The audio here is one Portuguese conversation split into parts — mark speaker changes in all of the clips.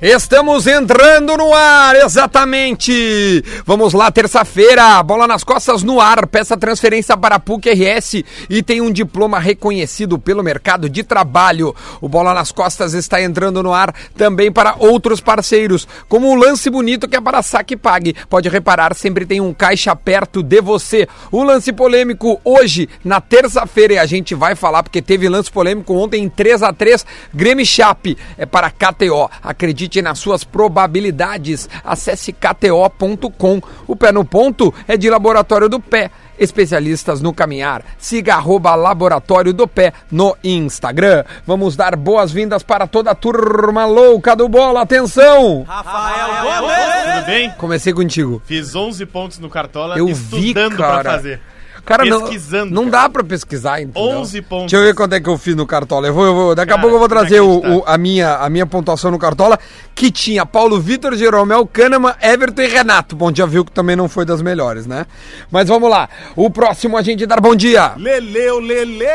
Speaker 1: Estamos entrando no ar, exatamente! Vamos lá, terça-feira, bola nas costas no ar, peça transferência para PUC RS e tem um diploma reconhecido pelo mercado de trabalho. O Bola nas Costas está entrando no ar também para outros parceiros, como o lance bonito que é para saque e pague. Pode reparar, sempre tem um caixa perto de você. O lance polêmico hoje, na terça-feira, e a gente vai falar porque teve lance polêmico ontem em 3 a 3 Grêmio e Chape é para KTO. Acredite nas suas probabilidades. Acesse kto.com. O pé no ponto é de Laboratório do Pé especialistas no caminhar. Siga arroba Laboratório do Pé no Instagram. Vamos dar boas-vindas para toda a turma louca do Bola. Atenção!
Speaker 2: É,
Speaker 3: Rafael Gomes!
Speaker 4: Tudo bem?
Speaker 1: Comecei contigo.
Speaker 4: Fiz 11 pontos no Cartola
Speaker 1: Eu vi,
Speaker 4: tá estudando
Speaker 1: cara.
Speaker 4: pra fazer.
Speaker 1: Cara, não,
Speaker 4: Pesquisando,
Speaker 1: não
Speaker 4: cara.
Speaker 1: dá pra pesquisar, entendeu?
Speaker 4: 11 pontos.
Speaker 1: Deixa eu ver quanto é que eu fiz no Cartola. Eu vou, eu vou- daqui a
Speaker 4: Cara,
Speaker 1: pouco eu vou trazer o-
Speaker 4: inacreditável.
Speaker 1: o- a, minha, a minha pontuação no Cartola, que tinha Paulo Vitor, Jeromel, Kahneman, Everton e Renato. Bom, já viu que também não foi das melhores, né? Mas vamos lá. O próximo a gente dar bom dia.
Speaker 5: Leleu, Lele!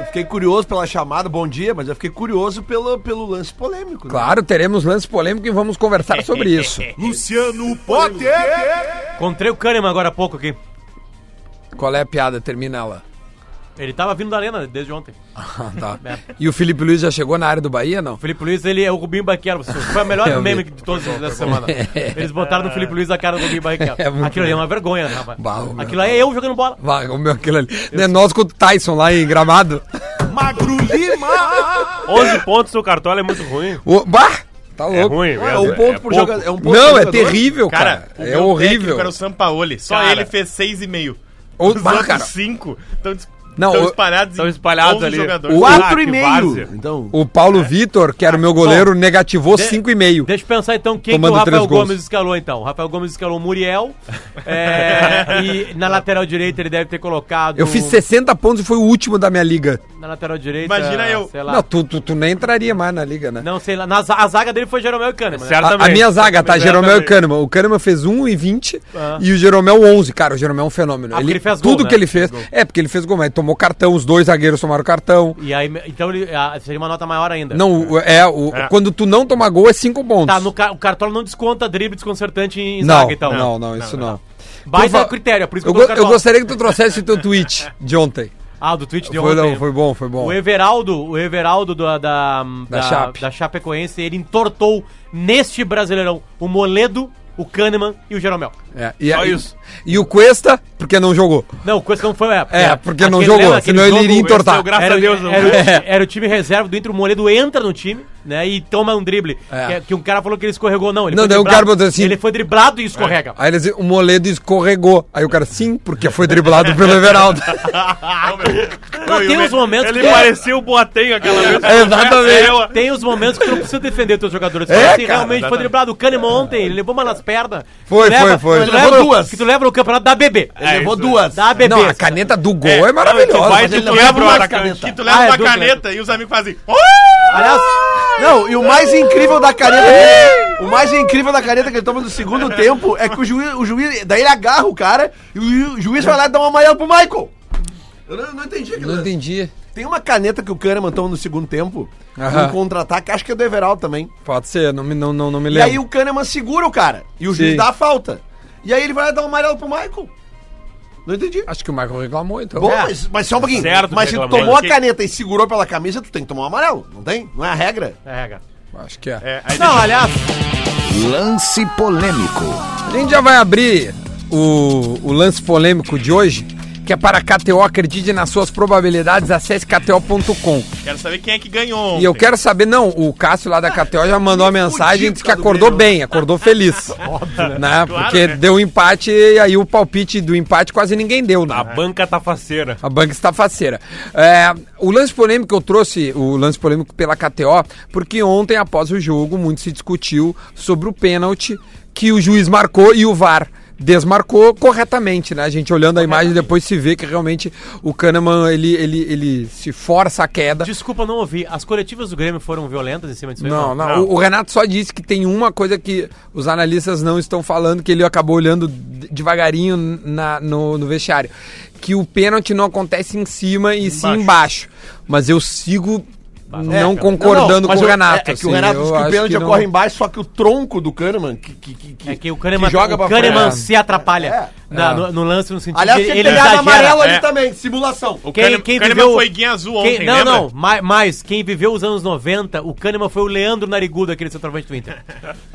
Speaker 5: Eu fiquei curioso pela chamada, bom dia, mas eu fiquei curioso pelo, pelo lance polêmico. né?
Speaker 1: Claro, teremos lance polêmico e vamos conversar sobre isso.
Speaker 5: Luciano Potter!
Speaker 3: Encontrei o Kahneman agora há pouco aqui.
Speaker 1: Qual é a piada? Termina ela.
Speaker 3: Ele tava vindo da arena desde ontem.
Speaker 1: Ah, tá.
Speaker 3: É.
Speaker 1: E o Felipe Luiz já chegou na área do Bahia, não?
Speaker 3: Felipe Luiz, ele é o Rubinho Barrichello. Foi o melhor
Speaker 1: É, Eu vi.
Speaker 3: meme de todos dessa semana. Eles botaram no Felipe Luiz a cara do Rubinho Barrichello.
Speaker 1: É muito
Speaker 3: Aquilo ali é
Speaker 1: bom.
Speaker 3: uma vergonha, né, rapaz?
Speaker 1: Bah, o meu-
Speaker 3: Aquilo aí é eu jogando bola.
Speaker 1: Vai, o meu aquilo ali. Não é nós com o Tyson lá em Gramado.
Speaker 5: Magro Lima!
Speaker 2: 11 pontos no cartola é muito ruim.
Speaker 1: O... Bah! Tá
Speaker 2: É
Speaker 1: louco.
Speaker 2: ruim,
Speaker 5: É um ponto por
Speaker 2: pouco.
Speaker 5: jogador. É um ponto
Speaker 1: Não,
Speaker 5: por
Speaker 1: é
Speaker 5: jogador?
Speaker 1: terrível, cara.
Speaker 4: Cara,
Speaker 1: é horrível.
Speaker 4: Era o Sampaoli. Só
Speaker 2: Cara.
Speaker 4: ele fez 6,5.
Speaker 1: Ou-
Speaker 4: Os
Speaker 1: Bah,
Speaker 4: outros
Speaker 1: cara.
Speaker 4: 5 estão
Speaker 1: Não, o-
Speaker 4: espalhados.
Speaker 2: Tão espalhados ali.
Speaker 4: Jogadores.
Speaker 1: O-
Speaker 5: Quatro
Speaker 2: Ah,
Speaker 5: e
Speaker 2: que
Speaker 5: meio.
Speaker 2: várzea.
Speaker 5: Então,
Speaker 1: O Paulo Vitor, que era o meu goleiro, negativou
Speaker 3: É. de-
Speaker 1: 5,5.
Speaker 3: Deixa eu pensar então quem
Speaker 1: Tomando
Speaker 3: que o Rafael
Speaker 1: três gols.
Speaker 3: Gomes escalou então. O Rafael Gomes escalou o Muriel. é, e na lateral direita ele deve ter colocado.
Speaker 1: Eu fiz 60 pontos e foi o último da minha liga.
Speaker 3: Na lateral direita.
Speaker 4: Imagina eu.
Speaker 3: Sei lá.
Speaker 1: Não, tu, tu, tu nem entraria mais na liga, né?
Speaker 3: Não, sei lá. Na, za- a zaga dele foi Jeromel e Kahneman. né?
Speaker 2: Certo
Speaker 1: A, a
Speaker 2: também.
Speaker 1: minha zaga, tá?
Speaker 2: Também.
Speaker 1: Jeromel e
Speaker 2: Também.
Speaker 1: Kahneman. O Kahneman fez 1,20
Speaker 3: é, Ah.
Speaker 1: e o Jeromel 11. Cara, o Jeromel é um fenômeno.
Speaker 3: Ah, porque
Speaker 1: ele,
Speaker 3: ele fez gol,
Speaker 1: tudo
Speaker 3: né?
Speaker 1: que ele fez. É, porque ele fez gol, mas tomou cartão, os dois zagueiros tomaram cartão.
Speaker 3: E aí, então ele, ah, seria uma nota maior ainda.
Speaker 1: Não, o- é, o,
Speaker 2: É.
Speaker 1: quando tu não toma gol é 5 pontos.
Speaker 3: Tá, no, ca- o Cartola não desconta drible desconcertante em
Speaker 1: não,
Speaker 3: zaga, então.
Speaker 1: não, não, isso não.
Speaker 3: Baita
Speaker 1: Por fa-
Speaker 3: critério, é por isso que
Speaker 1: Eu,
Speaker 3: eu,
Speaker 1: go-
Speaker 3: coloquei
Speaker 1: eu
Speaker 3: o Cartola.
Speaker 1: gostaria que tu trouxesse o teu tweet de ontem.
Speaker 3: Ah, do tweet de
Speaker 1: foi,
Speaker 3: ontem.
Speaker 1: não, foi bom, foi bom.
Speaker 3: O Everaldo, o Everaldo da, da, da,
Speaker 1: Chape.
Speaker 3: da Chapecoense, ele entortou neste Brasileirão o Moledo, o Kahneman e o Jeromel.
Speaker 1: É, e,
Speaker 2: Só
Speaker 1: e-
Speaker 2: isso.
Speaker 1: E o Cuesta, porque não jogou.
Speaker 3: Não, o Coisa não foi época.
Speaker 1: É, porque não jogou, senão ele iria entortar.
Speaker 2: venceu graças
Speaker 3: Era,
Speaker 2: a Deus, né?
Speaker 3: Deus,
Speaker 2: não.
Speaker 3: era, o- era o time reserva do Inter, o Moledo entra no time, né, e toma um drible.
Speaker 1: É.
Speaker 3: Que, que um cara falou que ele escorregou, não. Ele
Speaker 1: Não,
Speaker 3: foi
Speaker 1: daí o
Speaker 3: driblado,
Speaker 1: cara botou assim-
Speaker 3: Ele foi driblado e escorrega.
Speaker 2: É.
Speaker 1: Aí eles, o Moledo escorregou. Aí o cara, sim, porque foi driblado pelo Everaldo.
Speaker 3: Não, tem uns momentos
Speaker 2: Ele
Speaker 3: que- é-
Speaker 2: pareceu o Boateng aquela vez.
Speaker 1: É, Exatamente.
Speaker 2: Eu-
Speaker 3: Tem os momentos que tu não precisa defender teus jogadores.
Speaker 1: É,
Speaker 3: É, se
Speaker 1: cara,
Speaker 3: realmente foi driblado. O Kahneman ontem, ele levou uma nas pernas.
Speaker 1: Foi,
Speaker 3: Tu leva-
Speaker 1: foi, foi.
Speaker 3: tu
Speaker 5: Levou
Speaker 3: leva-
Speaker 5: duas.
Speaker 3: Que tu leva no campeonato da BB.
Speaker 2: É,
Speaker 5: levou
Speaker 2: isso.
Speaker 5: duas.
Speaker 3: Da BB.
Speaker 1: Não, a caneta do gol é, maravilhosa.
Speaker 2: tu vai,
Speaker 1: mas
Speaker 2: tu
Speaker 1: ele-
Speaker 5: não
Speaker 2: leva
Speaker 5: lembra
Speaker 2: uma
Speaker 5: mais
Speaker 2: caneta.
Speaker 5: caneta.
Speaker 4: Que tu leva
Speaker 3: Ah, é
Speaker 4: uma
Speaker 3: do
Speaker 4: caneta e os amigos fazem.
Speaker 3: Aliás,
Speaker 5: Não, e o mais incrível da caneta dele, o mais incrível da caneta que ele toma no segundo tempo é que o juiz, o juiz, daí ele agarra o cara e o ju- o juiz vai lá e dá um amarelo pro Michael. Eu não, não entendi aquilo.
Speaker 1: Não entendi.
Speaker 5: Tem uma caneta que o Kahneman toma no segundo tempo,
Speaker 1: Aham.
Speaker 5: num contra-ataque, acho que é do Everaldo também.
Speaker 1: Pode ser, não me, não, não, não me
Speaker 5: E
Speaker 1: lembro.
Speaker 5: aí o Kahneman segura o cara. E o
Speaker 1: Sim.
Speaker 5: juiz dá a falta. E aí ele vai lá dar um amarelo pro Michael. Não entendi.
Speaker 1: Acho que o Michael reclamou, então.
Speaker 5: Bom, mas, mas só um pouquinho.
Speaker 2: Certo,
Speaker 5: mas se tu
Speaker 2: reclamou.
Speaker 5: tomou a
Speaker 2: Que-
Speaker 5: caneta e segurou pela camisa, tu tem que tomar um amarelo. Não tem? Não é a regra?
Speaker 3: É, cara.
Speaker 1: Acho que é.
Speaker 4: É, aí
Speaker 3: Não,
Speaker 4: deixa-
Speaker 3: aliás,
Speaker 6: Lance polêmico.
Speaker 1: A gente já vai abrir o, o lance polêmico de hoje, que é para a KTO. Acredite nas suas probabilidades, acesse kto.com.
Speaker 4: Quero saber quem é que ganhou.
Speaker 1: E eu quero saber, não, o Cássio lá da KTO já mandou uma mensagem e disse que acordou bem, acordou feliz. Óbvio, né? Porque
Speaker 2: né?
Speaker 1: deu um empate e aí o palpite do empate quase ninguém deu, né?
Speaker 2: A banca tá faceira.
Speaker 1: A banca está faceira. É, o lance polêmico eu trouxe, o lance polêmico pela KTO, porque ontem, após o jogo, muito se discutiu sobre o pênalti que o juiz marcou e o VAR desmarcou corretamente, né? A gente olhando a imagem depois se vê que realmente o Kahneman, ele, ele, ele se força a queda.
Speaker 3: desculpa, não ouvi. As coletivas do Grêmio foram violentas em cima disso aí?
Speaker 1: Não, não.
Speaker 2: Não.
Speaker 1: O, o Renato só disse que tem uma coisa que os analistas não estão falando, que ele acabou olhando de- devagarinho na- no, no vestiário. Que o pênalti não acontece em cima e sim embaixo. Mas eu sigo
Speaker 5: É,
Speaker 1: não concordando
Speaker 5: mas
Speaker 1: com o
Speaker 5: eu-
Speaker 1: Renato.
Speaker 5: É, é que o
Speaker 1: assim,
Speaker 5: Renato diz
Speaker 1: eu
Speaker 5: que o
Speaker 1: acho
Speaker 5: pênalti
Speaker 1: não- Ah,
Speaker 5: ocorre embaixo, só que o tronco do Kahneman, que, que, que,
Speaker 3: É que o Kahneman,
Speaker 5: joga
Speaker 3: o
Speaker 5: pra
Speaker 3: Kahneman
Speaker 1: frente.
Speaker 3: se atrapalha
Speaker 5: É.
Speaker 3: na- no, no lance, no sentido
Speaker 5: Aliás,
Speaker 3: que
Speaker 5: tinha
Speaker 3: ele
Speaker 5: pegado
Speaker 3: exagera. né?
Speaker 5: amarelo ali
Speaker 4: é.
Speaker 5: também, simulação.
Speaker 4: O
Speaker 3: Quem-
Speaker 4: Kahneman,
Speaker 3: quem
Speaker 4: Kahneman
Speaker 3: viveu-
Speaker 4: foi guia azul
Speaker 3: Quem-
Speaker 4: ontem,
Speaker 3: não,
Speaker 4: lembra?
Speaker 3: não, ma- mas, quem viveu os anos 90, o Kahneman foi o Leandro Narigudo, aquele centroavante do Inter.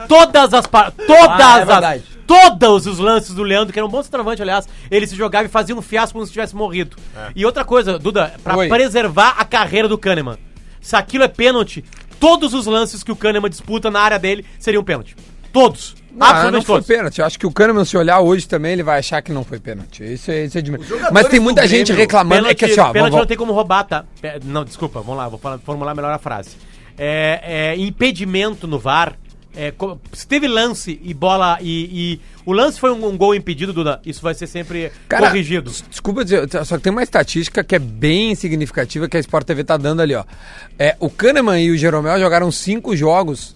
Speaker 3: Todas as par-
Speaker 5: Ah, é
Speaker 3: todas as,
Speaker 5: verdade.
Speaker 3: todos os lances do Leandro, que era um bom centroavante, aliás, ele se jogava e fazia um fiasco como se tivesse morrido.
Speaker 4: É.
Speaker 3: E outra coisa, Duda, pra
Speaker 1: Oi.
Speaker 3: preservar a carreira do Kahneman, se aquilo é pênalti, todos os lances que o Kahneman disputa na área dele seriam pênalti. Todos.
Speaker 1: Ah, não
Speaker 3: absolutamente
Speaker 1: foi
Speaker 3: todos.
Speaker 1: pênalti. Eu acho que o Kahneman, se olhar hoje também, ele vai achar que não foi pênalti. Isso é, isso é de... Mas
Speaker 5: jogadores
Speaker 1: tem muita
Speaker 5: do
Speaker 1: gente
Speaker 5: Grêmio,
Speaker 1: reclamando.
Speaker 3: Pênalti,
Speaker 1: é que assim, ó,
Speaker 3: pênalti
Speaker 1: vamos-
Speaker 3: não tem como roubar, tá? Pe- Não, desculpa, vamos lá, vou falar- formular melhor a frase. É, é, impedimento no VAR. é, co- se teve lance e bola. E, e- o lance foi um, um gol impedido, Duda. Isso vai ser sempre
Speaker 1: Cara,
Speaker 3: corrigido.
Speaker 1: des- Desculpa dizer, só que tem uma estatística que é bem significativa que a Sport TV tá dando ali, ó. É, o Kahneman e o Jeromel jogaram cinco jogos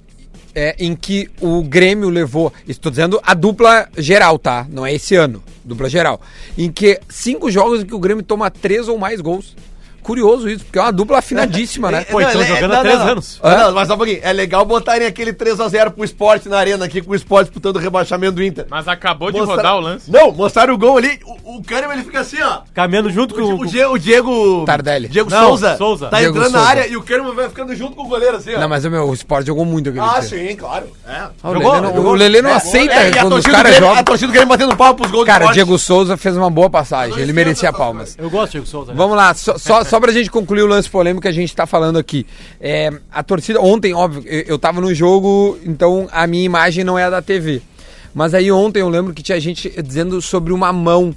Speaker 1: é, em que o Grêmio levou. Estou dizendo a dupla geral, tá? Não é esse ano, dupla geral. Em que cinco jogos em que o Grêmio toma três ou mais gols. Curioso isso, porque é uma dupla afinadíssima, né?
Speaker 3: Pô, então
Speaker 5: é-
Speaker 3: jogando
Speaker 5: não,
Speaker 3: há três
Speaker 5: não, não.
Speaker 3: anos.
Speaker 5: Ah, não, mas só um pouquinho. É legal botarem aquele 3x0 pro esporte na arena aqui, com o esporte disputando o rebaixamento do Inter.
Speaker 4: Mas acabou de
Speaker 5: Mostra-
Speaker 4: rodar o lance.
Speaker 5: Não, mostraram o gol ali. O, o Kahneman ele fica assim, ó.
Speaker 3: Caminhando junto com
Speaker 5: O,
Speaker 3: o.
Speaker 5: o Die- o Diego.
Speaker 1: Tardelli.
Speaker 5: Diego
Speaker 3: Não,
Speaker 5: Souza,
Speaker 3: Souza.
Speaker 5: Tá
Speaker 1: Diego
Speaker 5: entrando na
Speaker 1: Souza.
Speaker 5: área e o Kahneman vai ficando junto com o goleiro assim, ó.
Speaker 1: Não, mas meu, o Sport jogou muito aquele
Speaker 5: Ah,
Speaker 1: dia.
Speaker 5: sim, claro. É.
Speaker 1: Ah, o Lelê não- O Lelê não aceita
Speaker 5: É, e a
Speaker 1: quando os
Speaker 5: torcida do
Speaker 1: caras
Speaker 5: Grêmio- a
Speaker 1: jogam.
Speaker 5: torcida do Grêmio batendo palma pros gols do
Speaker 1: Cara,
Speaker 5: esporte.
Speaker 1: Diego Souza fez uma boa passagem, ele
Speaker 5: tá,
Speaker 1: merecia palmas.
Speaker 3: Eu gosto, Diego Souza. né?
Speaker 1: Vamos lá, só, só, só pra gente concluir o lance polêmico que a gente tá falando aqui. É, a torcida, ontem, óbvio, eu, eu tava no jogo, então a minha imagem não é a da TV. Mas aí ontem eu lembro que tinha gente dizendo sobre uma mão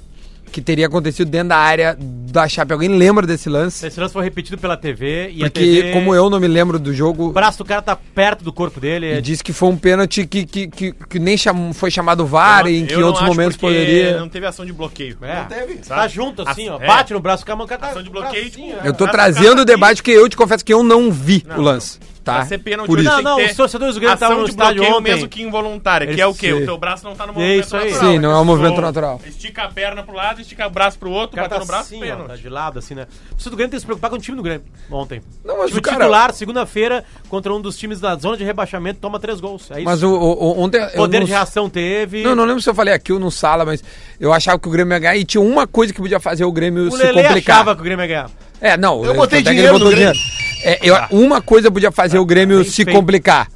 Speaker 1: que teria acontecido dentro da área da Chape. Alguém lembra desse lance?
Speaker 3: Esse lance foi repetido pela TV e a
Speaker 1: Porque
Speaker 3: TV.
Speaker 1: como eu não me lembro do jogo,
Speaker 3: O braço do cara tá perto do corpo dele.
Speaker 1: e
Speaker 3: é-
Speaker 1: diz que foi um pênalti que, que, que, que nem chamou- foi chamado VAR, e em que
Speaker 4: Eu não
Speaker 1: outros
Speaker 4: acho
Speaker 1: momentos
Speaker 4: porque
Speaker 1: poderia...
Speaker 4: Não teve ação de bloqueio.
Speaker 3: é.
Speaker 5: teve,
Speaker 3: Tá
Speaker 4: sabe?
Speaker 3: junto assim, ó.
Speaker 4: As- é.
Speaker 3: Bate no braço do cara, mas o cara tá.
Speaker 4: Ação de bloqueio,
Speaker 3: bracinho,
Speaker 4: tipo,
Speaker 3: né?
Speaker 1: Eu tô
Speaker 4: Mas o
Speaker 1: trazendo
Speaker 4: cara
Speaker 1: o
Speaker 4: tá
Speaker 1: debate que eu te confesso que eu não vi o
Speaker 4: não.
Speaker 1: lance, tá?
Speaker 4: Pra ser pênalti,
Speaker 1: Por
Speaker 4: hoje
Speaker 1: isso.
Speaker 3: Não,
Speaker 4: tem que
Speaker 3: não,
Speaker 4: ter
Speaker 3: os torcedores do Grêmio estavam
Speaker 4: Ação
Speaker 3: no
Speaker 4: de
Speaker 3: estádio
Speaker 4: bloqueio
Speaker 3: ontem.
Speaker 4: mesmo que involuntário, que é o quê?
Speaker 3: Esse-
Speaker 4: O teu braço não tá no
Speaker 3: É
Speaker 4: movimento
Speaker 3: isso aí.
Speaker 4: natural,
Speaker 1: Sim, não
Speaker 4: né?
Speaker 1: é um movimento
Speaker 4: Tu
Speaker 1: natural.
Speaker 4: Estica a perna pro lado, estica o braço pro
Speaker 3: O
Speaker 4: outro,
Speaker 3: cara
Speaker 4: bateu
Speaker 3: tá
Speaker 4: no braço,
Speaker 3: assim, ó, tá
Speaker 4: pênalti.
Speaker 3: de lado, assim, né? O torcedor do Grêmio tem que se preocupar com o time do Grêmio ontem.
Speaker 1: Não, mas
Speaker 3: time
Speaker 1: o cara-
Speaker 3: titular, segunda-feira, contra um dos times da zona de rebaixamento, toma três gols. É isso.
Speaker 1: Mas o, o- o- ontem. eu
Speaker 3: Poder
Speaker 1: não-
Speaker 3: de reação teve.
Speaker 1: Não, não lembro se eu falei aqui ou no sala, mas eu achava que o Grêmio ia ganhar e tinha uma coisa que podia fazer o Grêmio
Speaker 3: o
Speaker 1: se
Speaker 3: Lele
Speaker 1: complicar.
Speaker 3: achava que o Grêmio ia ganhar.
Speaker 1: É, não.
Speaker 5: Eu botei
Speaker 1: tanto é que ele
Speaker 5: dinheiro
Speaker 1: botou
Speaker 5: no Grêmio.
Speaker 1: É, eu- uma coisa podia fazer o Grêmio se
Speaker 3: Tá. feito.
Speaker 1: complicar,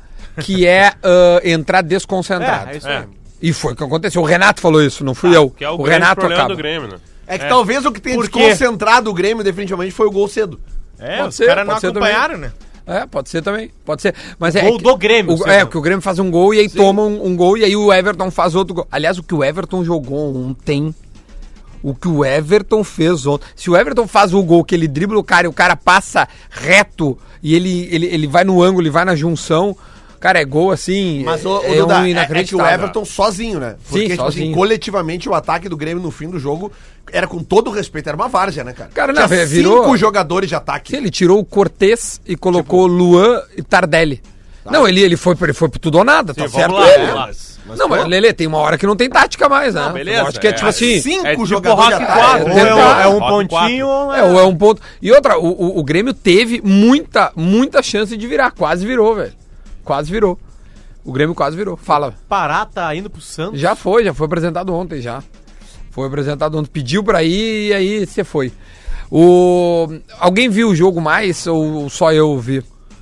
Speaker 1: que é ah, entrar desconcentrado.
Speaker 3: É, é isso Tá,
Speaker 2: É.
Speaker 3: aí.
Speaker 1: E foi o que aconteceu. O Renato falou isso, não fui eu.
Speaker 2: Que é o,
Speaker 1: o
Speaker 2: grande
Speaker 1: Renato
Speaker 2: problema
Speaker 1: acaba.
Speaker 2: do Grêmio, né?
Speaker 5: É que talvez o que tenha
Speaker 3: Por quê?
Speaker 5: desconcentrado o Grêmio definitivamente foi o gol cedo.
Speaker 4: É,
Speaker 1: Pode
Speaker 4: os
Speaker 1: ser,
Speaker 4: caras não
Speaker 1: pode ser
Speaker 4: acompanharam, né?
Speaker 1: É, pode ser também. Pode ser. Mas é
Speaker 3: gol
Speaker 1: que-
Speaker 3: do Grêmio,
Speaker 1: o-
Speaker 3: você
Speaker 1: é,
Speaker 3: viu?
Speaker 1: que o Grêmio faz um gol e aí toma um, um gol e aí o Everton faz outro gol. Aliás, o que o Everton jogou ontem. O que o Everton fez ontem. Se o Everton faz o gol que ele dribla o cara e o cara passa reto e ele, ele, ele vai no ângulo, ele vai na junção. Cara, é gol assim.
Speaker 5: Mas
Speaker 1: é,
Speaker 5: o, o
Speaker 1: é um
Speaker 5: Duda, é- é, que o
Speaker 1: inacreditável.
Speaker 5: Everton sozinho, né? Porque,
Speaker 1: Sim,
Speaker 5: tipo assim,
Speaker 1: sozinho.
Speaker 5: coletivamente o ataque do Grêmio no fim do jogo era com todo respeito, era uma várzea, né, cara?
Speaker 1: Cara, não, é,
Speaker 5: Tinha
Speaker 1: virou-
Speaker 5: cinco jogadores de ataque.
Speaker 1: Sim, ele tirou o Cortez e colocou Luan e Tardelli. Não, ele, ele foi ele foi pro tudo ou nada, tá
Speaker 2: vamos
Speaker 1: certo?
Speaker 2: lá,
Speaker 1: ele.
Speaker 2: vamos lá.
Speaker 1: não, mas Lele, tem uma hora que não tem tática mais, né?
Speaker 2: beleza,
Speaker 1: Eu acho que é,
Speaker 2: é.
Speaker 1: tipo né? assim.
Speaker 5: cinco
Speaker 2: É tipo
Speaker 5: jogadores de
Speaker 2: Rock
Speaker 5: ataque. Então,
Speaker 2: quatro,
Speaker 3: Ou
Speaker 1: tentar-
Speaker 3: é, um- é um
Speaker 2: Rock
Speaker 3: pontinho ou é...
Speaker 1: É, ou é um ponto. E outra, o, o, o Grêmio teve muita, muita chance de virar. Quase virou, velho. Quase virou. O Grêmio quase virou. Fala.
Speaker 3: Pará tá indo pro Santos.
Speaker 1: Já foi, já foi apresentado ontem, já. Foi apresentado ontem. Pediu pra ir e aí você foi. O... Alguém viu o jogo mais ou só eu vi?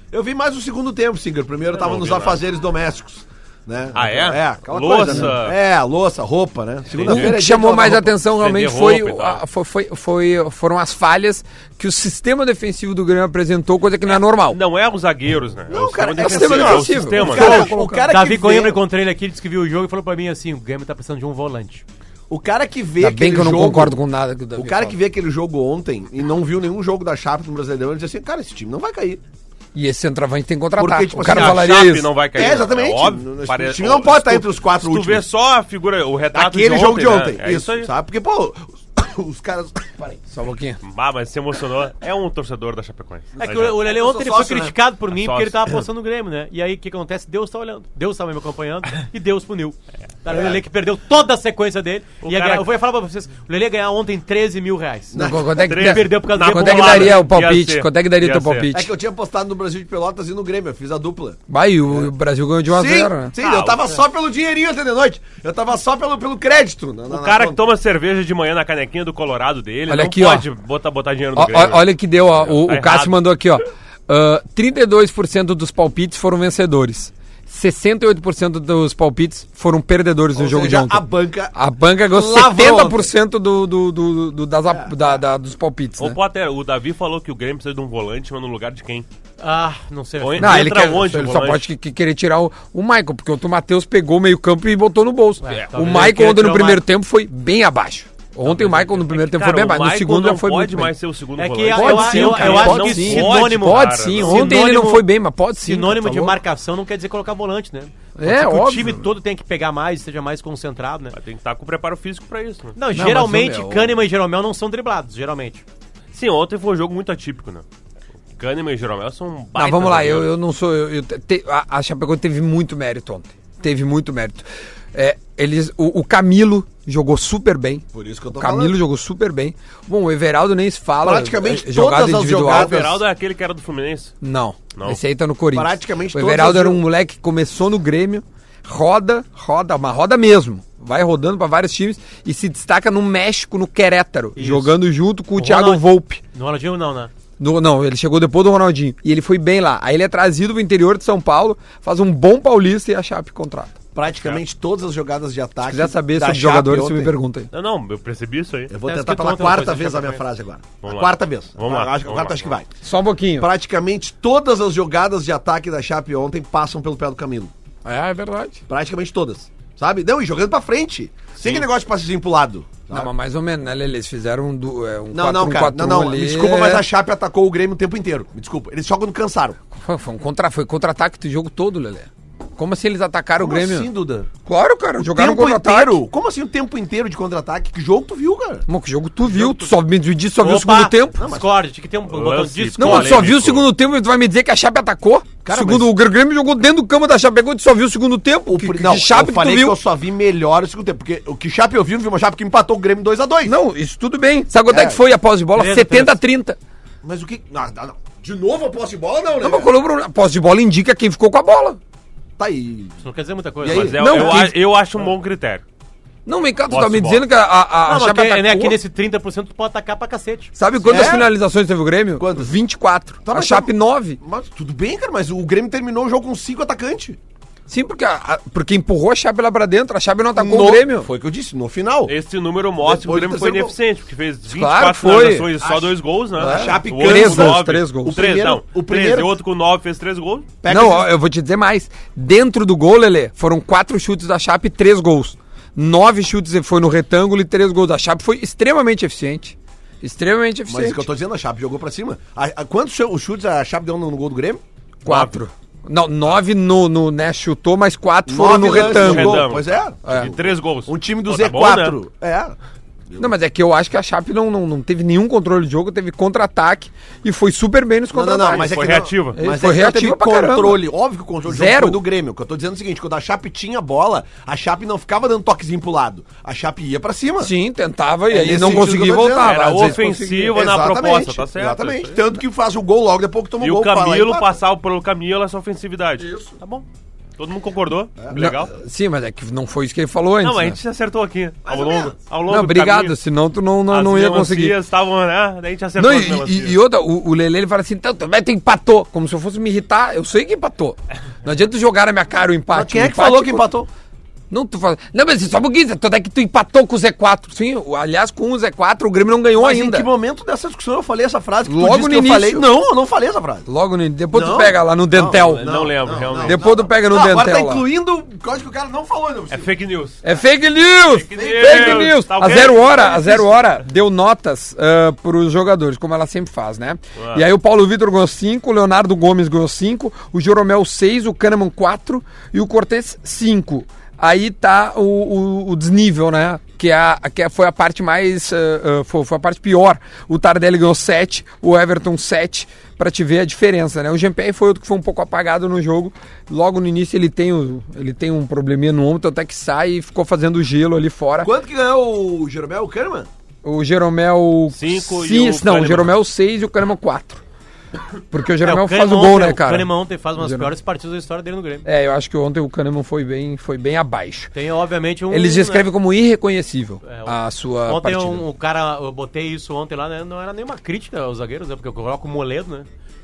Speaker 5: Eu vi mais o segundo tempo, Singer. Primeiro eu tava
Speaker 2: É, não
Speaker 5: nos
Speaker 2: vi nada.
Speaker 5: afazeres domésticos. Né?
Speaker 2: Ah, é?
Speaker 5: É, aquela
Speaker 2: Louça.
Speaker 5: coisa, né? É, louça, roupa, né?
Speaker 1: O
Speaker 5: Segunda-feira é
Speaker 1: que
Speaker 5: dia de
Speaker 1: chamou
Speaker 5: lavar
Speaker 1: mais
Speaker 5: roupa.
Speaker 1: atenção realmente
Speaker 2: Vender
Speaker 1: foi,
Speaker 2: roupa e tal.
Speaker 1: a- foi, foi, foi- foram as falhas que o sistema defensivo do Grêmio apresentou, coisa que não é normal.
Speaker 2: Não é os zagueiros, né?
Speaker 5: Não, cara,
Speaker 2: sistema
Speaker 5: é
Speaker 2: defensivo,
Speaker 1: sistema
Speaker 2: é o
Speaker 1: defensivo.
Speaker 2: sistema.
Speaker 1: um Cara,
Speaker 2: né?
Speaker 1: Vou colocar.
Speaker 3: Davi
Speaker 5: vê-
Speaker 3: Coimbra, eu encontrei ele aqui, ele disse que viu o jogo e falou pra mim assim, o Grêmio tá precisando de um volante.
Speaker 5: O cara que vê
Speaker 1: Ainda bem
Speaker 5: aquele
Speaker 1: que eu não
Speaker 5: jogo-
Speaker 1: concordo com nada que o Davi
Speaker 5: O cara
Speaker 1: fala.
Speaker 5: que vê aquele jogo ontem e não viu nenhum jogo da Chape no Brasileirão, ele diz assim, cara, esse time não vai cair.
Speaker 1: E esse centroavante tem que contratar.
Speaker 5: Porque, tipo
Speaker 1: o cara
Speaker 5: assim, a
Speaker 1: falaria
Speaker 2: Chape
Speaker 1: isso.
Speaker 2: não vai cair.
Speaker 5: É,
Speaker 2: né?
Speaker 5: exatamente.
Speaker 2: óbvio.
Speaker 5: Esse
Speaker 2: Parece-
Speaker 5: time não pode
Speaker 2: se
Speaker 5: estar
Speaker 2: tu-
Speaker 5: entre os quatro
Speaker 2: se tu vê
Speaker 5: últimos.
Speaker 2: só a figura, o retrato
Speaker 5: Aquele jogo de ontem.
Speaker 2: né? É
Speaker 5: isso,
Speaker 2: isso aí.
Speaker 5: sabe? Porque, pô, os caras... Parei.
Speaker 1: Só um pouquinho.
Speaker 2: Ah, mas se emocionou. É um torcedor da Chapecoense.
Speaker 3: É que
Speaker 2: Mas
Speaker 3: o o Lele
Speaker 5: Eu
Speaker 3: ontem
Speaker 5: sou
Speaker 3: ele foi
Speaker 5: sócio, né?
Speaker 3: criticado por mim porque
Speaker 2: É sócio.
Speaker 3: tá ele tava apostando no Grêmio, né? E aí o que acontece? Deus tá olhando. Deus tava me acompanhando e Deus puniu. Tá, o Lelê que perdeu toda a sequência dele.
Speaker 2: É. O
Speaker 3: ia
Speaker 2: cara-
Speaker 3: ganhar- eu ia falar pra vocês, o Lelê ia ganhar ontem 13 mil reais.
Speaker 1: Não, quanto é que,
Speaker 2: Três.
Speaker 3: Perdeu por causa do
Speaker 1: quanto é que
Speaker 2: bolada.
Speaker 1: daria o
Speaker 2: Ia
Speaker 1: palpite?
Speaker 2: ser.
Speaker 1: Quanto é que daria o
Speaker 2: Ia
Speaker 1: teu
Speaker 2: ser.
Speaker 1: palpite?
Speaker 5: É que eu tinha apostado no Brasil de Pelotas e no Grêmio, eu fiz a dupla.
Speaker 1: Vai, o, o Brasil ganhou de 1 a 0 né?
Speaker 5: sim,
Speaker 2: Ah,
Speaker 5: eu tava só pelo dinheirinho até de noite. Eu tava só pelo, pelo crédito. na- na-
Speaker 2: O
Speaker 5: na
Speaker 2: cara que
Speaker 5: conta.
Speaker 2: toma cerveja de manhã na canequinha do Colorado dele
Speaker 1: Olha
Speaker 2: não
Speaker 1: aqui,
Speaker 2: pode
Speaker 1: ó.
Speaker 2: botar, botar dinheiro no
Speaker 1: Ó, ó,
Speaker 2: Grêmio.
Speaker 1: olha que deu, ó. O,
Speaker 2: Tá
Speaker 1: o Cássio
Speaker 2: errado.
Speaker 1: mandou aqui, ó. Ah, 32% dos palpites foram vencedores. 68% dos palpites foram perdedores no
Speaker 5: Ou
Speaker 1: jogo
Speaker 5: seja,
Speaker 1: de ontem.
Speaker 5: a banca
Speaker 1: A banca ganhou
Speaker 5: Lavrou
Speaker 1: 70% do, do, do, do- das, a- da- da- dos palpites,
Speaker 2: Ô,
Speaker 1: né?
Speaker 2: Potter, o Davi falou que o Grêmio precisa de um volante, mas no lugar de quem?
Speaker 3: Ah, não sei.
Speaker 2: Põe-
Speaker 1: Não, ele,
Speaker 2: entra
Speaker 1: quer,
Speaker 2: onde,
Speaker 1: ele
Speaker 2: o
Speaker 1: só
Speaker 2: volante?
Speaker 1: pode que- que querer tirar o, o Michael, porque o Matheus pegou o meio-campo e botou no bolso.
Speaker 3: É,
Speaker 1: o
Speaker 3: talvez ele
Speaker 1: Michael
Speaker 3: queira
Speaker 1: ontem
Speaker 3: tirar
Speaker 1: no
Speaker 3: o
Speaker 1: primeiro
Speaker 3: Michael.
Speaker 1: tempo foi bem abaixo. Ontem o Michael no primeiro tempo
Speaker 2: É Cara,
Speaker 1: foi bem
Speaker 2: o
Speaker 1: abaixo, no
Speaker 2: Michael
Speaker 1: segundo
Speaker 2: não
Speaker 1: já foi
Speaker 2: pode
Speaker 1: muito bem.
Speaker 2: mais ser o segundo
Speaker 3: É que
Speaker 2: volante.
Speaker 3: eu- eu- Pode sim, eu- eu cara, acho pode que sim. sinônimo-
Speaker 1: Pode
Speaker 2: cara,
Speaker 1: sim,
Speaker 2: não-
Speaker 1: ontem ele não
Speaker 3: sinônimo-
Speaker 1: foi bem, mas pode sim.
Speaker 3: Sinônimo
Speaker 1: cara,
Speaker 3: de
Speaker 1: tá louco.
Speaker 3: marcação não quer dizer colocar volante, né? Pode
Speaker 1: É,
Speaker 3: ser que
Speaker 1: óbvio.
Speaker 3: O time todo tem que pegar mais, seja mais concentrado, né?
Speaker 2: Mas tem que estar com o preparo físico pra isso, né?
Speaker 3: Não,
Speaker 1: mas,
Speaker 3: geralmente,
Speaker 1: ô, meu,
Speaker 3: Kahneman e Jeromel não são driblados, geralmente.
Speaker 2: Sim, ontem foi um jogo muito atípico, né? O Kahneman e Jeromel são um
Speaker 1: Não,
Speaker 2: baita
Speaker 1: vamos
Speaker 3: tá
Speaker 1: lá, eu,
Speaker 2: zagueiro.
Speaker 1: eu não sou. Eu, eu te- te- a, a Chapecoense teve muito mérito ontem. Teve muito mérito. É, eles, o, o Camilo jogou super bem.
Speaker 5: Por isso que eu tô
Speaker 1: O Camilo
Speaker 5: falando.
Speaker 1: jogou super bem. Bom, o Everaldo nem se fala.
Speaker 5: Praticamente
Speaker 1: é,
Speaker 5: todas as jogadas-
Speaker 2: O Everaldo é aquele que era do Fluminense.
Speaker 1: Não,
Speaker 2: Não.
Speaker 1: esse aí tá no Corinthians.
Speaker 5: Praticamente
Speaker 1: o
Speaker 5: todas
Speaker 1: Everaldo
Speaker 5: as
Speaker 1: era um
Speaker 5: jo-
Speaker 1: moleque que começou no Grêmio, roda, roda, uma roda mesmo. Vai rodando pra vários times e se destaca no México, no Querétaro, jogando junto com o, Thiago
Speaker 3: Ronaldinho.
Speaker 1: Volpe.
Speaker 3: No Ronaldinho não, né?
Speaker 1: No- não, ele chegou depois do Ronaldinho. E ele foi bem lá. Aí ele é trazido do interior de São Paulo, faz um bom paulista e a Chape contrata.
Speaker 5: Praticamente
Speaker 2: É.
Speaker 5: todas as jogadas de ataque.
Speaker 1: Se quiser saber
Speaker 5: da
Speaker 1: sobre
Speaker 5: Chape
Speaker 1: jogadores, você
Speaker 5: ontem-
Speaker 1: me pergunta aí.
Speaker 2: Não, não, eu percebi isso aí.
Speaker 5: Eu vou
Speaker 3: Tá
Speaker 5: tentar
Speaker 3: escrito
Speaker 5: pela
Speaker 3: outra
Speaker 5: quarta
Speaker 3: coisa,
Speaker 5: vez a minha
Speaker 3: Chapecoense.
Speaker 5: frase agora.
Speaker 2: Vamos
Speaker 5: a
Speaker 2: lá.
Speaker 5: quarta vez.
Speaker 2: Vamos
Speaker 5: a,
Speaker 2: lá,
Speaker 5: acho- a
Speaker 2: vamos
Speaker 5: quarta
Speaker 2: lá,
Speaker 5: acho que vai.
Speaker 2: vamos
Speaker 1: Só um pouquinho.
Speaker 5: Praticamente todas as jogadas de ataque da Chape ontem passam pelo pé do Camilo.
Speaker 1: É, é verdade.
Speaker 5: Praticamente todas. Sabe? Não, e jogando pra frente. Sem aquele negócio de passezinho pro lado.
Speaker 1: Não, mas mais ou menos, né, Lele? Eles fizeram um, du- é, um
Speaker 5: Não, não, cara.
Speaker 1: 4-1-4-1
Speaker 5: Não, não.
Speaker 1: ali. é.
Speaker 5: Me desculpa, mas a Chape atacou o Grêmio o tempo inteiro. Me desculpa. Eles só quando cansaram.
Speaker 1: Foi, foi um contra, foi contra-ataque do jogo todo, Lelê. Como assim eles atacaram o Grêmio?
Speaker 5: assim, Duda?
Speaker 1: Claro, cara, jogaram
Speaker 5: tempo
Speaker 1: contra-ataque.
Speaker 5: inteiro? Como assim o tempo inteiro de contra-ataque? Que jogo tu viu, cara?
Speaker 1: Mano, que jogo tu viu? Tu só me diz, só viu o segundo tempo?
Speaker 3: Não, mas... Discord, tinha que ter um botão
Speaker 2: Lance,
Speaker 3: de
Speaker 1: Não,
Speaker 2: Olha,
Speaker 1: mas tu só viu o
Speaker 2: Nico.
Speaker 1: segundo tempo e tu vai me dizer que a Chape atacou?
Speaker 5: Cara,
Speaker 1: segundo, O Grêmio jogou dentro do campo da Chape, tu só viu o segundo tempo?
Speaker 5: O
Speaker 1: que,
Speaker 5: pri-
Speaker 1: que
Speaker 5: não,
Speaker 1: Chape
Speaker 5: eu
Speaker 1: que tu
Speaker 5: falei que,
Speaker 1: viu?
Speaker 5: eu só vi melhor o segundo tempo. Porque o que Chape eu vi, eu vi uma Chape que empatou o Grêmio 2x2.
Speaker 1: Não, isso tudo bem. Sabe quanto é,
Speaker 5: É.
Speaker 1: que foi a posse de bola?
Speaker 3: Beleza,
Speaker 1: 70 a 30.
Speaker 5: Mas o que... Não, não, não. De novo a posse de bola, não, né?
Speaker 1: Não, mas quando o Bruno- a posse de bola indica quem ficou com a bola.
Speaker 5: Tá aí.
Speaker 3: Isso não quer dizer muita
Speaker 5: E
Speaker 3: coisa.
Speaker 5: aí?
Speaker 2: Mas é-
Speaker 1: Não,
Speaker 2: eu,
Speaker 1: quem-
Speaker 2: a- eu acho um bom critério.
Speaker 1: Não, vem cá, tu
Speaker 2: Posse
Speaker 1: tá me
Speaker 2: de bola.
Speaker 1: dizendo que a, a, a
Speaker 3: Não, mas
Speaker 1: Chape
Speaker 3: que, né,
Speaker 1: atacou.
Speaker 3: aqui nesse 30% tu pode atacar pra cacete.
Speaker 1: Sabe quantas
Speaker 5: É?
Speaker 1: finalizações teve o Grêmio?
Speaker 5: Quantas?
Speaker 1: 24.
Speaker 5: Tá,
Speaker 1: a
Speaker 5: mas
Speaker 1: Chape
Speaker 5: tá-
Speaker 1: 9.
Speaker 5: Mas tudo bem, cara, mas o Grêmio terminou o jogo com cinco atacantes.
Speaker 1: Sim, porque, a- a- porque empurrou a Chape lá pra dentro, a Chape não atacou
Speaker 5: No-
Speaker 1: o Grêmio.
Speaker 5: Foi Tá o que eu disse, no final.
Speaker 2: Esse número mostra que
Speaker 5: Depois do
Speaker 2: o Grêmio
Speaker 5: terceiro
Speaker 2: foi
Speaker 5: gol.
Speaker 2: ineficiente, porque fez 24
Speaker 1: Claro, foi.
Speaker 2: finalizações e só dois gols, né?
Speaker 5: A Chape
Speaker 2: O outro
Speaker 5: três
Speaker 2: com
Speaker 1: gols,
Speaker 2: nove.
Speaker 1: três gols.
Speaker 2: O três,
Speaker 5: primeiro-
Speaker 2: não.
Speaker 5: o
Speaker 2: Três,
Speaker 5: primeiro-
Speaker 2: e outro com nove fez três gols.
Speaker 5: Pega
Speaker 1: não,
Speaker 5: esses-
Speaker 1: ó, eu vou te dizer mais. Dentro do gol, Lelê, foram quatro chutes da Chape e três gols. Nove chutes foi no retângulo e três gols da Chape. Foi extremamente eficiente. Extremamente eficiente.
Speaker 5: Mas o que eu tô dizendo, a Chape jogou pra cima. A- a- quantos ch- os chutes a Chape deu no, no gol do Grêmio?
Speaker 1: Quatro. Não, nove no, no né, chutou, mas quatro foram no
Speaker 5: Nove lances
Speaker 1: retângulo.
Speaker 5: gol.
Speaker 2: Retângulo.
Speaker 5: Pois é.
Speaker 2: E três gols.
Speaker 5: Um time do
Speaker 2: Pô, tá bom,
Speaker 5: Z4.
Speaker 2: né?
Speaker 5: É.
Speaker 1: Não, mas é que eu acho que a Chape não, não, não teve nenhum controle de jogo, teve contra-ataque e foi super bem nos
Speaker 5: Não, não,
Speaker 1: contra-ataques.
Speaker 5: não, mas é
Speaker 2: Foi
Speaker 5: que não-
Speaker 2: reativa.
Speaker 5: Mas
Speaker 1: Foi
Speaker 5: é que não teve
Speaker 1: reativa pra caramba.
Speaker 5: controle. Óbvio que o controle do
Speaker 1: Zero.
Speaker 5: foi do Grêmio. O que eu tô dizendo é o seguinte: quando a Chape tinha a bola, a Chape não ficava dando toquezinho pro lado. A Chape ia pra cima.
Speaker 1: Sim, tentava e
Speaker 5: É
Speaker 1: aí
Speaker 5: nesse
Speaker 1: não
Speaker 5: sentido
Speaker 1: conseguia
Speaker 5: que eu tô
Speaker 1: voltar.
Speaker 2: dizendo.
Speaker 1: mas
Speaker 2: Era
Speaker 1: às vezes
Speaker 2: ofensivo.
Speaker 1: conseguia.
Speaker 2: ofensiva na proposta, tá certo,
Speaker 5: Exatamente.
Speaker 2: isso aí.
Speaker 5: Tanto que faz o gol logo depois que toma
Speaker 2: E
Speaker 5: gol.
Speaker 2: o
Speaker 5: Tá fala,
Speaker 2: Camilo
Speaker 5: empata.
Speaker 2: passava pelo Camilo essa ofensividade. Isso. Tá bom. Todo mundo concordou? Legal.
Speaker 1: Não, sim, mas é que não foi isso que ele falou antes.
Speaker 2: Não, mas a
Speaker 1: né?
Speaker 2: gente se acertou aqui. Ao
Speaker 5: ou
Speaker 2: longo,
Speaker 5: menos.
Speaker 2: ao longo
Speaker 1: Não,
Speaker 2: do
Speaker 1: obrigado,
Speaker 2: caminho,
Speaker 1: senão tu não, não,
Speaker 2: as
Speaker 1: não ia
Speaker 2: melancias
Speaker 1: conseguir.
Speaker 2: estavam, né? Daí a gente acertou
Speaker 1: Não,
Speaker 2: as
Speaker 1: e-
Speaker 2: melancias.
Speaker 1: e, e outra, o, o Lele ele fala assim, então, também tem empatou. Como se eu fosse me irritar, eu sei que empatou. Não adianta jogar na minha cara o empate.
Speaker 5: Mas quem
Speaker 1: O
Speaker 5: é que
Speaker 1: empate-
Speaker 5: falou que empatou?
Speaker 1: Não, tu fala. Não, mas só um pouquinho, tanto é que tu empatou com o Z4. Sim, o- aliás, com o Z4 o Grêmio não ganhou
Speaker 5: Mas
Speaker 1: ainda.
Speaker 5: em que momento dessa discussão eu falei essa frase? Que
Speaker 1: Logo
Speaker 5: disse
Speaker 1: no
Speaker 5: que
Speaker 1: início.
Speaker 5: Eu falei? Não, eu não falei essa frase.
Speaker 1: Logo no Depois tu
Speaker 5: Não,
Speaker 1: pega lá no Dentel. É
Speaker 2: Não, lembro, realmente.
Speaker 1: Depois tu pega no
Speaker 5: Ah, agora tá
Speaker 1: Dentel. lá.
Speaker 5: incluindo o código que o cara não falou, né? não
Speaker 2: É fake news.
Speaker 1: É fake news! Fake
Speaker 2: news!
Speaker 1: news!
Speaker 2: Tá
Speaker 1: a
Speaker 2: ok?
Speaker 1: zero hora, a zero hora, deu notas para os jogadores, como ela sempre faz, né? E aí o Paulo Vitor ganhou 5, o Leonardo Gomes ganhou 5, o Joromel 6, o Kahneman 4 e o Cortez 5. aí tá o, o- o desnível, né? Que, a, que a- foi a parte mais. eh, eh, foi, foi a parte pior. O Tardelli ganhou 7, o Everton 7, pra te ver a diferença, né? O Jean-Pierre foi outro que foi um pouco apagado no jogo. Logo no início ele tem, o- ele tem um probleminha no ombro, até que sai e ficou fazendo gelo ali fora.
Speaker 5: Quanto que ganhou o Jeromel o Kahneman?
Speaker 1: O Jeromel.
Speaker 2: Cinco e
Speaker 1: sim, Não,
Speaker 2: o
Speaker 1: o
Speaker 2: Kahneman.
Speaker 1: Jeromel 6 e o Kahneman 4. Porque o Jeromel faz o
Speaker 3: É, Kahneman
Speaker 1: gol,
Speaker 3: ontem-
Speaker 1: né, cara?
Speaker 3: O Kahneman ontem faz umas
Speaker 1: Jeromel.
Speaker 3: piores partidas da história dele no Grêmio.
Speaker 1: É, eu acho que ontem o Kahneman foi bem, foi bem abaixo.
Speaker 3: Tem, obviamente, um...
Speaker 1: Eles descrevem
Speaker 3: né?
Speaker 1: como irreconhecível
Speaker 3: É, ontem-
Speaker 1: a sua
Speaker 3: Ontem
Speaker 1: partida.
Speaker 3: um, o cara, eu botei isso ontem lá, né? Não era nenhuma crítica aos zagueiros, né? Porque eu coloco o Moledo, né?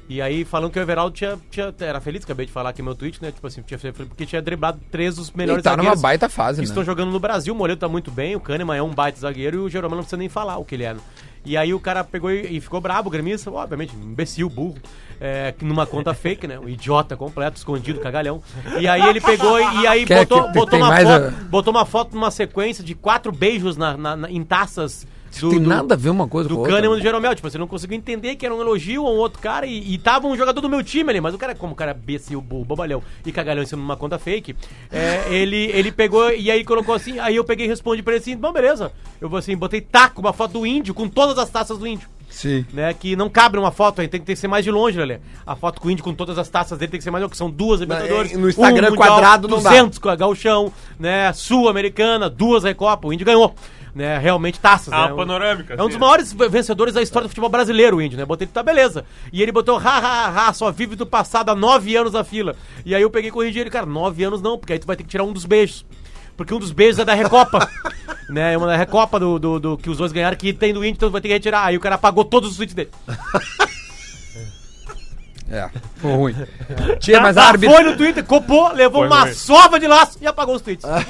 Speaker 3: E aí falando que o Everaldo tinha, tinha- era feliz, acabei de falar aqui no meu tweet, né? Tipo assim, tinha feliz porque tinha driblado três dos
Speaker 1: Ele
Speaker 3: melhores
Speaker 1: tá numa baita fase,
Speaker 3: que
Speaker 1: né?
Speaker 3: estão jogando no Brasil. O Moledo tá muito bem, o Kahneman é um baita zagueiro e o Jeromel não precisa nem falar o que ele é. né? E aí o cara pegou e, e ficou brabo, o gremista, obviamente, imbecil, burro, é, que numa conta fake, né? Um idiota completo, escondido, cagalhão. E aí ele pegou e, e aí
Speaker 1: Quer
Speaker 3: botou,
Speaker 1: é que te-
Speaker 3: botou,
Speaker 1: tem
Speaker 3: uma
Speaker 1: mais
Speaker 3: foto,
Speaker 1: a-
Speaker 3: botou uma foto numa sequência de quatro beijos na, na- na- em taças do,
Speaker 1: Tem
Speaker 3: do-
Speaker 1: nada a ver uma coisa
Speaker 3: do
Speaker 1: com a outra. né?
Speaker 3: Kahneman e do Jeromel. Tipo, você não conseguiu entender que era um elogio a um outro cara e, e tava um jogador do meu time ali. Mas o cara, como o cara é becil, burro, bobalhão e cagalhão em cima de uma conta fake, é, ele, ele pegou e aí colocou assim. Aí eu peguei e respondi pra ele assim: bom, beleza. Eu vou assim, botei taco, uma foto do índio com todas as taças do índio.
Speaker 1: Sim.
Speaker 3: Né, que não cabe numa foto, aí tem que ter que ser mais de longe, Lelê. A foto com o índio com todas as taças dele tem que ser mais de longe, que são duas Libertadores. um
Speaker 1: é, no Instagram
Speaker 3: Mundial,
Speaker 1: quadrado não dá.
Speaker 3: 200 com a Galchão, né, Sul-Americana, duas Recopa, o índio ganhou. Né, realmente taças,
Speaker 2: Ah,
Speaker 3: né?
Speaker 2: uma panorâmica,
Speaker 3: É um
Speaker 2: assim,
Speaker 3: dos
Speaker 2: né?
Speaker 3: maiores vencedores da história do futebol brasileiro, o índio, né? Botei ele, tá beleza. E ele botou, ha, ha, ha, só vive do passado há nove anos na fila. E aí eu peguei e corrigi ele, cara, nove anos não, porque aí tu vai ter que tirar um dos beijos. Porque um dos beijos é da Recopa. né? É uma da Recopa do, do, do- que os dois ganharam, que tem do índio, então tu vai ter que retirar. Aí o cara apagou todos os tweets dele.
Speaker 1: É, foi ruim. Tinha mais
Speaker 3: Ah,
Speaker 1: árbitro.
Speaker 3: Foi no Twitter, copou, levou
Speaker 2: Foi
Speaker 3: uma
Speaker 2: ruim.
Speaker 3: sova de laço e apagou os tweets.
Speaker 1: Ah.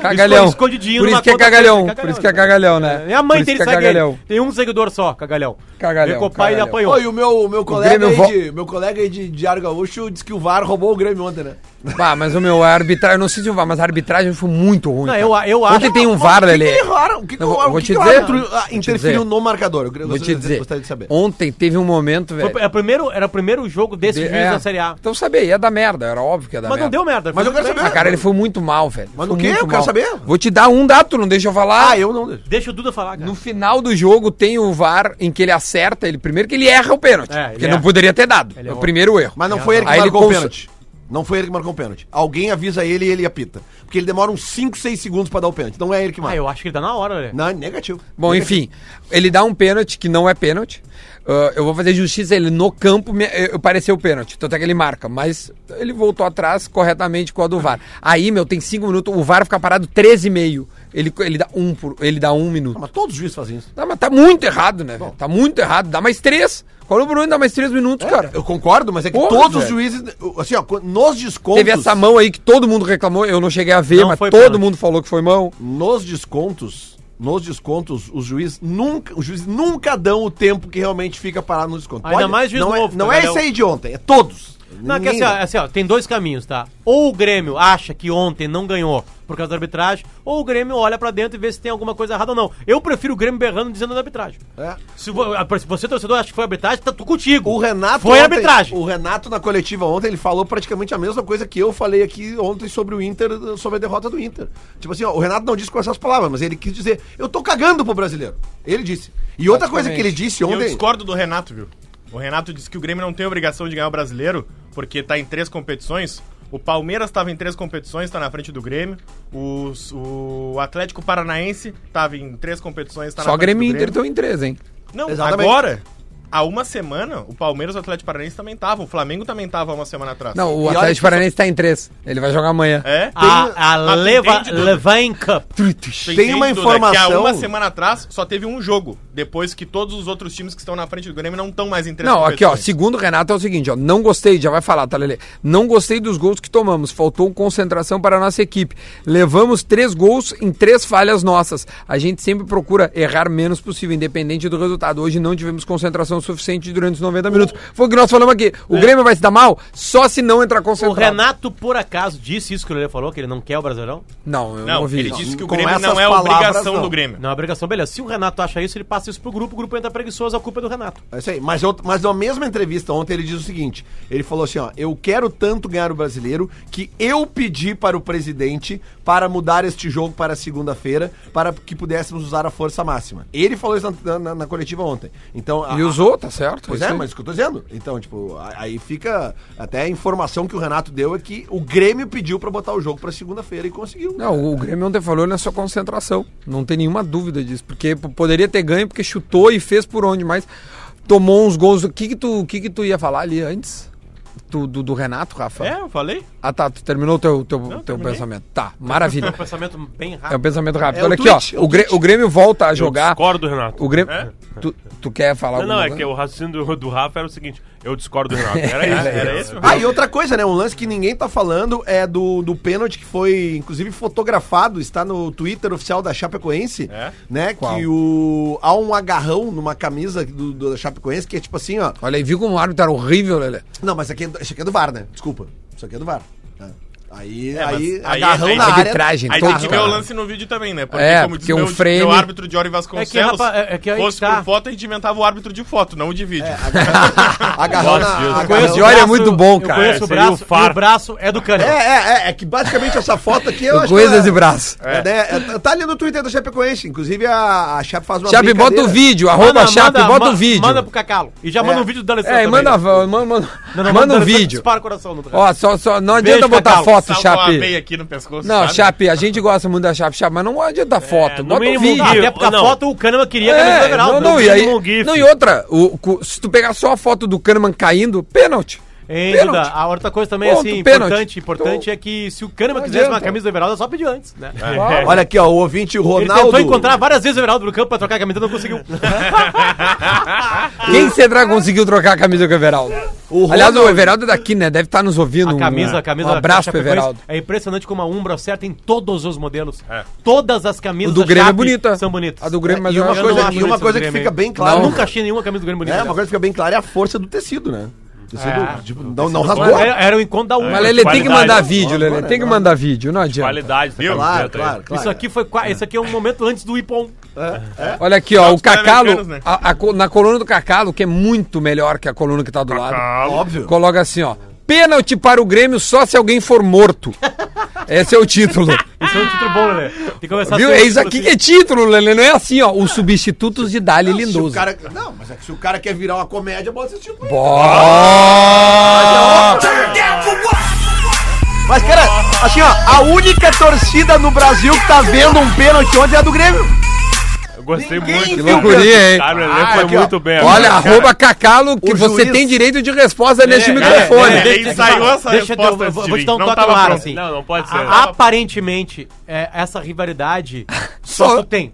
Speaker 1: Cagalhão. Por
Speaker 3: escondidinho
Speaker 1: isso
Speaker 3: numa
Speaker 1: que é
Speaker 3: conta
Speaker 1: cagalhão.
Speaker 3: fake,
Speaker 1: Por isso que é cagalhão, né?
Speaker 3: Minha mãe
Speaker 1: Por
Speaker 3: tem,
Speaker 1: isso que é
Speaker 3: segue
Speaker 1: cagalhão.
Speaker 3: ele. tem um seguidor só, cagalhão.
Speaker 1: Cagalhão,
Speaker 3: Ficou pai e
Speaker 1: cagalhão.
Speaker 3: apanhou.
Speaker 5: Ô, e o meu, meu colega
Speaker 1: Grêmio
Speaker 5: aí
Speaker 1: vo-
Speaker 5: de, meu colega aí de Diário Gaúcho disse que o VAR roubou o Grêmio ontem, né?
Speaker 1: Bah, mas o meu a arbitragem, eu não sei se o VAR, mas a arbitragem foi muito ruim.
Speaker 3: Não,
Speaker 1: cara.
Speaker 3: eu, eu acho.
Speaker 1: Ontem tem um VAR, Lelê.
Speaker 5: Que raro, o que,
Speaker 1: Não,
Speaker 5: que, o-
Speaker 1: vou
Speaker 5: o
Speaker 1: te
Speaker 5: que que o
Speaker 1: dizer.
Speaker 5: árbitro, ah,
Speaker 1: Vou te
Speaker 5: interferiu
Speaker 1: dizer.
Speaker 5: no marcador? Eu gostaria-
Speaker 1: Vou te dizer.
Speaker 5: Gostaria de saber.
Speaker 1: Ontem teve um momento, velho.
Speaker 3: Foi, é o primeiro, era o primeiro jogo desse
Speaker 1: de-
Speaker 3: juiz
Speaker 1: é.
Speaker 3: da Série A.
Speaker 1: Então sabia, ia dar merda, era óbvio que ia dar
Speaker 3: Mas não
Speaker 1: merda.
Speaker 3: deu merda.
Speaker 5: Mas
Speaker 3: foi
Speaker 5: eu quero
Speaker 3: bem.
Speaker 5: saber.
Speaker 1: Ah, cara, ele foi muito mal, velho.
Speaker 5: Mas
Speaker 1: Foi
Speaker 5: o quê?
Speaker 1: muito
Speaker 5: Eu quero
Speaker 1: mal.
Speaker 5: saber.
Speaker 1: Vou te dar um dado, tu não deixa eu falar.
Speaker 5: Ah, eu não deixo.
Speaker 3: Deixa o Duda falar, cara.
Speaker 1: No final do jogo tem o VAR em que ele acerta, ele primeiro que ele erra o pênalti,
Speaker 3: É, ele
Speaker 1: porque
Speaker 3: erra.
Speaker 1: não poderia ter dado.
Speaker 3: Ele
Speaker 1: é o
Speaker 3: errou.
Speaker 1: primeiro erro.
Speaker 5: Mas não foi ele que
Speaker 1: Aí ele
Speaker 5: marcou o
Speaker 1: cons-
Speaker 5: pênalti. Não foi ele que marcou o pênalti. Alguém avisa ele e ele apita. Porque ele demora uns 5, 6 segundos pra dar o pênalti. Não é ele que
Speaker 3: Ah,
Speaker 5: marca.
Speaker 3: eu acho que ele tá na hora, né?
Speaker 5: Não, é negativo.
Speaker 1: Bom, enfim, ele dá um pênalti que não é pênalti. Ah, eu vou fazer justiça, ele no campo me, eh, eu, pareceu pênalti, tanto é que ele marca, mas ele voltou atrás corretamente com a do VAR. Aí, meu, tem cinco minutos, o VAR fica parado 13,5. Ele, ele dá um por, ele dá um minuto.
Speaker 5: Ah, Mas todos os juízes fazem isso.
Speaker 1: Tá, mas tá muito errado, né? velho? Tá muito errado. Dá mais três. Qual é o Bruno? Dá mais três minutos, cara.
Speaker 5: Eu concordo, mas é que
Speaker 1: Porra,
Speaker 5: todos os
Speaker 1: velho.
Speaker 5: juízes, assim, ó, quando- nos descontos.
Speaker 1: Teve essa mão aí que todo mundo reclamou, eu não cheguei a ver,
Speaker 3: Não
Speaker 1: mas
Speaker 3: foi
Speaker 1: todo
Speaker 3: pênalti.
Speaker 1: mundo falou que foi mão.
Speaker 5: Nos descontos, nos descontos, os juízes nunca, os juízes nunca dão o tempo que realmente fica parado no desconto.
Speaker 3: Ainda mais juiz
Speaker 5: não
Speaker 3: novo,
Speaker 5: é, não é
Speaker 3: Cagalhão.
Speaker 5: esse aí de ontem, é todos.
Speaker 3: Não, é que assim,
Speaker 5: Ninguém
Speaker 3: ó,
Speaker 5: dá.
Speaker 3: assim, ó, tem dois caminhos, tá? Ou o Grêmio acha que ontem não ganhou por causa da arbitragem, ou o Grêmio olha pra dentro e vê se tem alguma coisa errada ou não. Eu prefiro o Grêmio berrando dizendo da arbitragem.
Speaker 5: É.
Speaker 3: Se vo- ah, se você, torcedor, acha que foi arbitragem, tá tu contigo.
Speaker 5: O Renato
Speaker 3: Foi
Speaker 5: ontem-
Speaker 3: arbitragem.
Speaker 5: O Renato na coletiva ontem ele falou praticamente a mesma coisa que eu falei aqui ontem sobre o Inter, sobre a derrota do Inter. Tipo assim, ó, o Renato não disse com essas palavras, mas ele quis dizer: "Eu tô cagando pro brasileiro". Ele disse. E outra coisa que ele disse
Speaker 4: E eu
Speaker 5: ontem,
Speaker 4: discordo do Renato, viu? O Renato disse que o Grêmio não tem obrigação de ganhar o brasileiro, porque tá em três competições. O Palmeiras estava em três competições, tá na frente do Grêmio. Os- o Atlético Paranaense tava em três competições, tá na
Speaker 1: Só
Speaker 4: frente
Speaker 1: Grêmio e
Speaker 4: do
Speaker 1: Inter estão em três, hein?
Speaker 4: Não,
Speaker 5: Exatamente.
Speaker 4: agora, há uma semana, o Palmeiras e o Atlético Paranaense também estavam. O Flamengo também tava há uma semana atrás.
Speaker 1: Não, o
Speaker 5: olha
Speaker 1: Atlético
Speaker 5: que
Speaker 1: Paranaense tá em três. Ele vai jogar amanhã.
Speaker 4: É?
Speaker 3: A, a
Speaker 4: Mas tu
Speaker 3: Leva,
Speaker 4: entende, Duda?
Speaker 3: Levain Cup.
Speaker 4: Tu
Speaker 5: Tem uma
Speaker 4: entende, Duda, Que há
Speaker 5: informação-
Speaker 4: uma semana atrás só teve um jogo, depois que todos os outros times que estão na frente do Grêmio não estão mais em três
Speaker 1: Não, aqui ó,
Speaker 4: competições.
Speaker 1: segundo o Renato é o seguinte, ó, não gostei, já vai falar, tá, Lele? Não gostei dos gols que tomamos, faltou concentração para a nossa equipe. Levamos três gols em três falhas nossas. A gente sempre procura errar menos possível, independente do resultado. Hoje não tivemos concentração suficiente durante os 90 minutos. Foi o que nós falamos aqui.
Speaker 4: É.
Speaker 1: O Grêmio vai se dar mal só se não entrar
Speaker 3: O
Speaker 1: concentrado.
Speaker 3: Renato, por acaso, disse isso que o Lele falou, que ele não quer o Brasileirão?
Speaker 1: Não, eu não,
Speaker 4: Não,
Speaker 1: ouvi
Speaker 4: ele
Speaker 1: isso.
Speaker 4: disse que o
Speaker 5: Com
Speaker 4: Grêmio
Speaker 5: essas
Speaker 4: não é
Speaker 5: palavras,
Speaker 4: obrigação
Speaker 5: não.
Speaker 4: do Grêmio.
Speaker 3: Não, é obrigação, beleza. Se o Renato acha isso, ele passa passa isso pro grupo, o grupo entra preguiçoso, a culpa é do Renato.
Speaker 5: É isso aí. Mas, eu, mas na mesma entrevista ontem ele diz o seguinte: ele falou assim, ó, eu quero tanto ganhar o brasileiro que eu pedi para o presidente para mudar este jogo para segunda-feira para que pudéssemos usar a força máxima. Ele falou isso na, na- na coletiva ontem. Então, a-
Speaker 1: E usou, tá certo?
Speaker 5: Pois
Speaker 1: Isso
Speaker 5: é,
Speaker 1: aí.
Speaker 5: mas o que eu tô dizendo. Então, tipo, a- aí fica. Até a informação que o Renato deu é que o Grêmio pediu pra botar o jogo pra segunda-feira e conseguiu.
Speaker 1: Não, o Grêmio ontem falou na sua concentração. Não tem nenhuma dúvida disso. Porque p- poderia ter ganho, porque chutou e fez por onde, mas tomou uns gols. O que que tu, o que que tu ia falar ali antes? Tu- do, do Renato, Rafa?
Speaker 2: É, eu falei.
Speaker 1: Ah, tá. Tu terminou o teu, teu, teu
Speaker 2: terminei.
Speaker 1: pensamento. Tá, maravilha.
Speaker 3: Pensamento bem rápido.
Speaker 1: É um pensamento rápido.
Speaker 5: É o
Speaker 1: Olha aqui,
Speaker 5: tweet, é
Speaker 1: ó.
Speaker 5: o
Speaker 1: O, Grê-
Speaker 5: tweet.
Speaker 1: o Grêmio volta a
Speaker 2: Eu
Speaker 1: jogar.
Speaker 2: discordo, Renato.
Speaker 1: O Grêmio. Tu, tu quer falar
Speaker 2: Não, não,
Speaker 1: alguma
Speaker 2: é que
Speaker 1: coisa?
Speaker 2: o raciocínio do, do Rafa era o seguinte: eu discordo do Renato. Era
Speaker 4: É,
Speaker 2: isso, era isso.
Speaker 5: Ah, e outra coisa, né? Um lance que ninguém tá falando é do, do pênalti que foi, inclusive, fotografado, está no Twitter oficial da Chapecoense, né?
Speaker 1: Qual?
Speaker 5: Que o, há um agarrão numa camisa do, do- da Chapecoense que é tipo assim, ó.
Speaker 1: Olha aí, viu como o árbitro era horrível, Lelê?
Speaker 5: Não, mas isso aqui, é do- isso aqui é do VAR, né? Desculpa. Isso aqui é do VAR. né? Aí,
Speaker 4: mas
Speaker 5: aí,
Speaker 4: aí-
Speaker 5: agarrão
Speaker 4: aí-
Speaker 5: na área.
Speaker 1: Arbitragem, né?
Speaker 4: Aí tem
Speaker 1: todos,
Speaker 4: que ver o
Speaker 1: cara.
Speaker 4: lance no vídeo também, né?
Speaker 1: É, porque um frame-
Speaker 4: tá. o árbitro de Ori Vasconcelos,
Speaker 3: É que, rapaz, é- é que aí
Speaker 4: fosse
Speaker 3: tá.
Speaker 4: por foto, a gente inventava o árbitro de foto, não o de vídeo.
Speaker 5: Agarrão na,
Speaker 2: Nossa, Deus.
Speaker 5: agarrão-
Speaker 1: Conheço- Diori é muito bom, cara.
Speaker 3: Eu conheço
Speaker 2: É,
Speaker 3: o
Speaker 2: seria
Speaker 3: braço,
Speaker 2: o far.
Speaker 3: e o braço é do
Speaker 5: É,
Speaker 3: Cano.
Speaker 5: é, é, é que basicamente essa foto aqui eu acho que
Speaker 1: Coisas
Speaker 5: ela-
Speaker 1: e braço.
Speaker 5: É, né, é, tá- tá ali no Twitter da Chapecoense. Inclusive a, a Chape faz uma
Speaker 1: Chape, bota o vídeo. Arroba Chape, bota
Speaker 3: ma-
Speaker 1: o vídeo.
Speaker 3: Manda pro Cacalo. E já manda
Speaker 5: É.
Speaker 3: um vídeo do Alessandro.
Speaker 1: É, e manda, manda, manda, manda um vídeo.
Speaker 3: Dispara o coração no
Speaker 1: Ó, só, só, não
Speaker 3: Tá. Beijo,
Speaker 1: adianta botar
Speaker 3: Cacau.
Speaker 1: foto,
Speaker 4: Salta uma
Speaker 1: Chape.
Speaker 4: meia aqui no pescoço.
Speaker 1: Não,
Speaker 4: sabe?
Speaker 1: Chape, a gente gosta muito da Chape, Chape, mas não adianta foto.
Speaker 2: no
Speaker 1: Bota um
Speaker 2: mínimo,
Speaker 1: vídeo.
Speaker 2: dá.
Speaker 3: Até Tá, é porque a
Speaker 2: Não.
Speaker 3: foto o Kahneman queria que
Speaker 1: É,
Speaker 3: a
Speaker 1: não, não, e aí,
Speaker 2: mínimo um gif.
Speaker 1: não, e outra, o- cu- se tu pegar só a foto do Kahneman caindo, pênalti.
Speaker 3: Hein,
Speaker 1: Pênalti.
Speaker 3: Duda, a outra coisa também,
Speaker 1: Ponto,
Speaker 3: assim,
Speaker 1: pênalti.
Speaker 3: importante, importante
Speaker 1: Então,
Speaker 3: é que se o Kahneman
Speaker 1: não
Speaker 3: quisesse uma
Speaker 1: adianta.
Speaker 3: camisa do Everaldo, é só pedir antes, né?
Speaker 5: Olha aqui, ó, o ouvinte
Speaker 3: Ele
Speaker 5: Ronaldo.
Speaker 3: tentou encontrar várias vezes o Everaldo no campo pra trocar a camisa, não conseguiu.
Speaker 1: Quem será que conseguiu trocar a camisa com o Everaldo?
Speaker 5: O
Speaker 1: Aliás, o
Speaker 5: Ronald-
Speaker 1: Everaldo é daqui, né? Deve estar nos ouvindo.
Speaker 3: A
Speaker 1: Um-
Speaker 3: camisa, a camisa
Speaker 1: Um
Speaker 3: da
Speaker 1: abraço pro
Speaker 3: Chapecoense.
Speaker 1: Everaldo.
Speaker 3: É impressionante como a Umbro acerta em todos os modelos.
Speaker 2: É.
Speaker 3: Todas as
Speaker 1: O
Speaker 3: camisas
Speaker 1: do
Speaker 3: da
Speaker 1: Grêmio é
Speaker 3: Chape
Speaker 1: bonita.
Speaker 3: são bonitas.
Speaker 1: A do Grêmio, mas
Speaker 5: É, E
Speaker 1: eu
Speaker 5: uma
Speaker 1: acho-
Speaker 5: coisa-
Speaker 3: não acho
Speaker 5: e uma
Speaker 3: bonito
Speaker 5: coisa
Speaker 3: do
Speaker 5: que
Speaker 3: Grêmio,
Speaker 5: fica
Speaker 3: hein?
Speaker 5: bem clara.
Speaker 3: Eu
Speaker 1: Não.
Speaker 3: nunca achei nenhuma camisa do Grêmio bonita.
Speaker 5: É, uma coisa que fica bem clara é a força do tecido, né? O Tecido, tipo, não, não rasgou.
Speaker 3: Mas era, era o encontro da Umbro.
Speaker 1: Mas Lele tem que
Speaker 2: Qualidade.
Speaker 1: mandar vídeo, Lele.
Speaker 5: Agora,
Speaker 1: Tem que
Speaker 5: agora.
Speaker 1: mandar vídeo, não adianta.
Speaker 2: Qualidade,
Speaker 4: Viu?
Speaker 5: Claro, claro, claro.
Speaker 3: Isso aqui foi qua- Isso aqui é um momento antes do Ipon.
Speaker 1: Olha aqui, ó, o
Speaker 4: Jogos
Speaker 1: Cacalo,
Speaker 4: Pan-Americanos, né?
Speaker 1: a- a co- na coluna do Cacalo, que é muito melhor que a coluna que tá do lado,
Speaker 2: é
Speaker 5: Óbvio.
Speaker 1: coloca assim, ó. Pênalti para o Grêmio só se alguém for morto. Esse é o título.
Speaker 3: Isso é um título bom, Lele. Tem que começar a
Speaker 1: Viu?
Speaker 3: ser um
Speaker 1: É isso
Speaker 3: título
Speaker 1: aqui que
Speaker 3: assim.
Speaker 1: é título, Lele. Não é assim, ó. Os substitutos de Dali
Speaker 5: Se o
Speaker 1: Lindoso.
Speaker 5: cara, não, mas é que se o cara quer virar uma comédia, bota esse tipo. é
Speaker 1: Bora!
Speaker 5: Mas, cara, assim, ó, a única torcida no Brasil que tá vendo um pênalti ontem é a do Grêmio.
Speaker 2: Eu gostei
Speaker 5: Ninguém
Speaker 2: muito.
Speaker 5: viu,
Speaker 1: Que
Speaker 2: do-
Speaker 1: loucurinha, hein?
Speaker 2: Cara, o Lelê foi
Speaker 5: aqui, ó.
Speaker 2: muito bem.
Speaker 1: Olha,
Speaker 2: agora, cara.
Speaker 1: arroba Cacalo, que
Speaker 5: O
Speaker 1: você
Speaker 5: juiz-
Speaker 1: tem direito de resposta neste
Speaker 3: É,
Speaker 1: microfone.
Speaker 3: é, é,
Speaker 4: Ele ensaiou essa
Speaker 3: deixa eu-
Speaker 4: resposta
Speaker 3: eu
Speaker 4: antes
Speaker 3: vou,
Speaker 4: de
Speaker 3: vou te
Speaker 4: vir.
Speaker 3: dar um
Speaker 4: Não
Speaker 3: toque
Speaker 4: tava
Speaker 3: no ar,
Speaker 4: pronto.
Speaker 3: assim.
Speaker 2: Não, não pode ser.
Speaker 3: A- aparentemente, é, essa rivalidade só tu tem.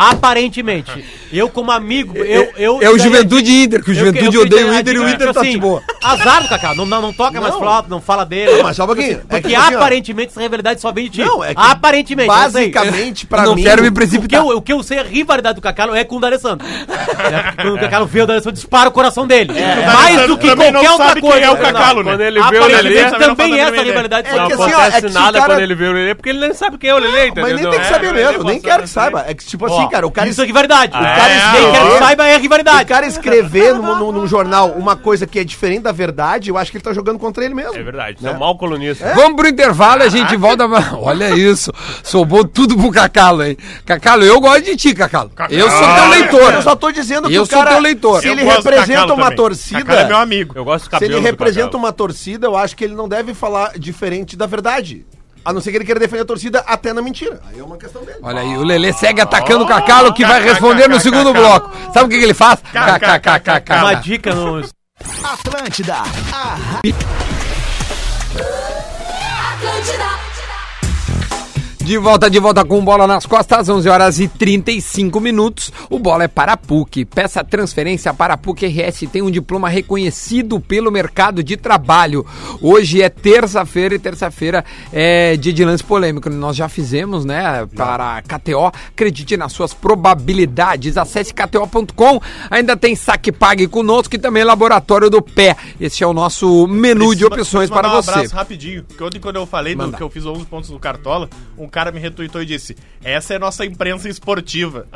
Speaker 3: Aparentemente. Eu, como amigo, eu. eu
Speaker 1: é o
Speaker 3: daí-
Speaker 1: Juventude e Inter, que o
Speaker 3: eu-
Speaker 1: Juventude
Speaker 3: eu- eu-
Speaker 1: odeia o
Speaker 3: eu-
Speaker 1: Inter e o
Speaker 3: eu-
Speaker 1: Inter
Speaker 3: tipo
Speaker 1: tá de
Speaker 3: assim,
Speaker 1: boa.
Speaker 3: Azar do Cacá, não, não, não toca mais pro alto, não fala dele.
Speaker 5: Não, mas só um pouquinho. É
Speaker 3: Porque
Speaker 5: que, assim, ó,
Speaker 3: aparentemente essa rivalidade só vem de ti.
Speaker 5: Não, é que
Speaker 3: aparentemente. não sei.
Speaker 5: Basicamente, pra
Speaker 1: não
Speaker 5: mim.
Speaker 1: quero me
Speaker 3: O que,
Speaker 1: precipitar.
Speaker 3: eu, o que eu sei, a rivalidade do Cacalo é com o D'Alessandro. é, porque quando o Cacalo vê o D'Alessandro, dispara o coração dele.
Speaker 5: É.
Speaker 3: É. Mais do que
Speaker 4: também
Speaker 3: qualquer
Speaker 4: não
Speaker 3: outra
Speaker 4: sabe quem
Speaker 3: coisa.
Speaker 4: é o
Speaker 3: Não, não.
Speaker 4: Cacalo, né?
Speaker 2: Quando ele vê o Lelê,
Speaker 3: Aparentemente
Speaker 4: também
Speaker 3: também
Speaker 4: não faz a
Speaker 3: essa
Speaker 4: mínima
Speaker 3: rivalidade.
Speaker 5: ideia. É
Speaker 2: não
Speaker 5: que
Speaker 3: só-
Speaker 5: assim, ó, é
Speaker 2: acontece
Speaker 5: que se o
Speaker 2: nada
Speaker 5: cara-
Speaker 2: quando ele vê o Lelê, porque ele nem sabe quem é o Lelê, entendeu?
Speaker 5: Mas nem tem que
Speaker 2: É.
Speaker 5: saber
Speaker 4: é,
Speaker 5: mesmo,
Speaker 4: eu
Speaker 5: nem
Speaker 4: posso
Speaker 5: quero que
Speaker 4: saber.
Speaker 5: saiba. É que, tipo assim, cara, o cara.
Speaker 3: Isso é rivalidade. O cara
Speaker 2: é,
Speaker 3: nem quer
Speaker 2: ó.
Speaker 3: que saiba é
Speaker 5: O
Speaker 3: rivalidade.
Speaker 5: cara escrever num, num- num jornal uma coisa que é diferente da verdade, eu acho que ele tá jogando contra ele mesmo.
Speaker 2: É verdade, você é um mau colunista.
Speaker 1: Vamos pro intervalo, a gente volta. pra- Olha isso, sobou tudo pro Cacalo, hein? Cacalo, eu gosto de ti, Cacalo. Eu sou
Speaker 5: é
Speaker 1: teu leitor.
Speaker 5: um Ah, Eu só tô dizendo que
Speaker 1: Eu
Speaker 5: o
Speaker 1: sou
Speaker 5: cara,
Speaker 1: teu leitor.
Speaker 5: se
Speaker 1: Eu
Speaker 5: ele
Speaker 4: gosto do
Speaker 5: representa
Speaker 4: Cacalo
Speaker 5: uma
Speaker 4: também.
Speaker 5: torcida,
Speaker 4: Cacalo é meu amigo.
Speaker 2: Eu gosto do
Speaker 5: se
Speaker 2: cabelo
Speaker 5: ele
Speaker 2: do
Speaker 5: representa
Speaker 2: Cacau.
Speaker 5: uma torcida, eu acho que ele não deve falar diferente da verdade. A não ser que ele queira defender a torcida até na mentira. Aí é uma questão dele.
Speaker 1: Olha aí, o Lelê segue atacando o Cacalo que vai responder no segundo bloco. Sabe o que, que ele faz?
Speaker 3: Uma
Speaker 1: KKKKK.
Speaker 3: dica no.
Speaker 6: Atlântida.
Speaker 1: De volta, de volta com bola nas costas, 11 horas e 35 minutos. O bola é para a PUC. Peça transferência para a PUC RS. Tem um diploma reconhecido pelo mercado de trabalho. Hoje é terça-feira e terça-feira é dia de lance polêmico. Nós já fizemos, né? Para a KTO. Acredite nas suas probabilidades. Acesse KTO.com. Ainda tem saque pague conosco e também laboratório do pé. Esse é o nosso menu de
Speaker 4: Preciso-
Speaker 1: opções
Speaker 4: preciso mandar
Speaker 1: para
Speaker 4: um
Speaker 1: você.
Speaker 4: abraço rapidinho, que ontem quando eu falei do,
Speaker 1: Mandar.
Speaker 4: que eu fiz 11 pontos no Cartola, um cara me retweetou e disse: Essa é nossa imprensa esportiva.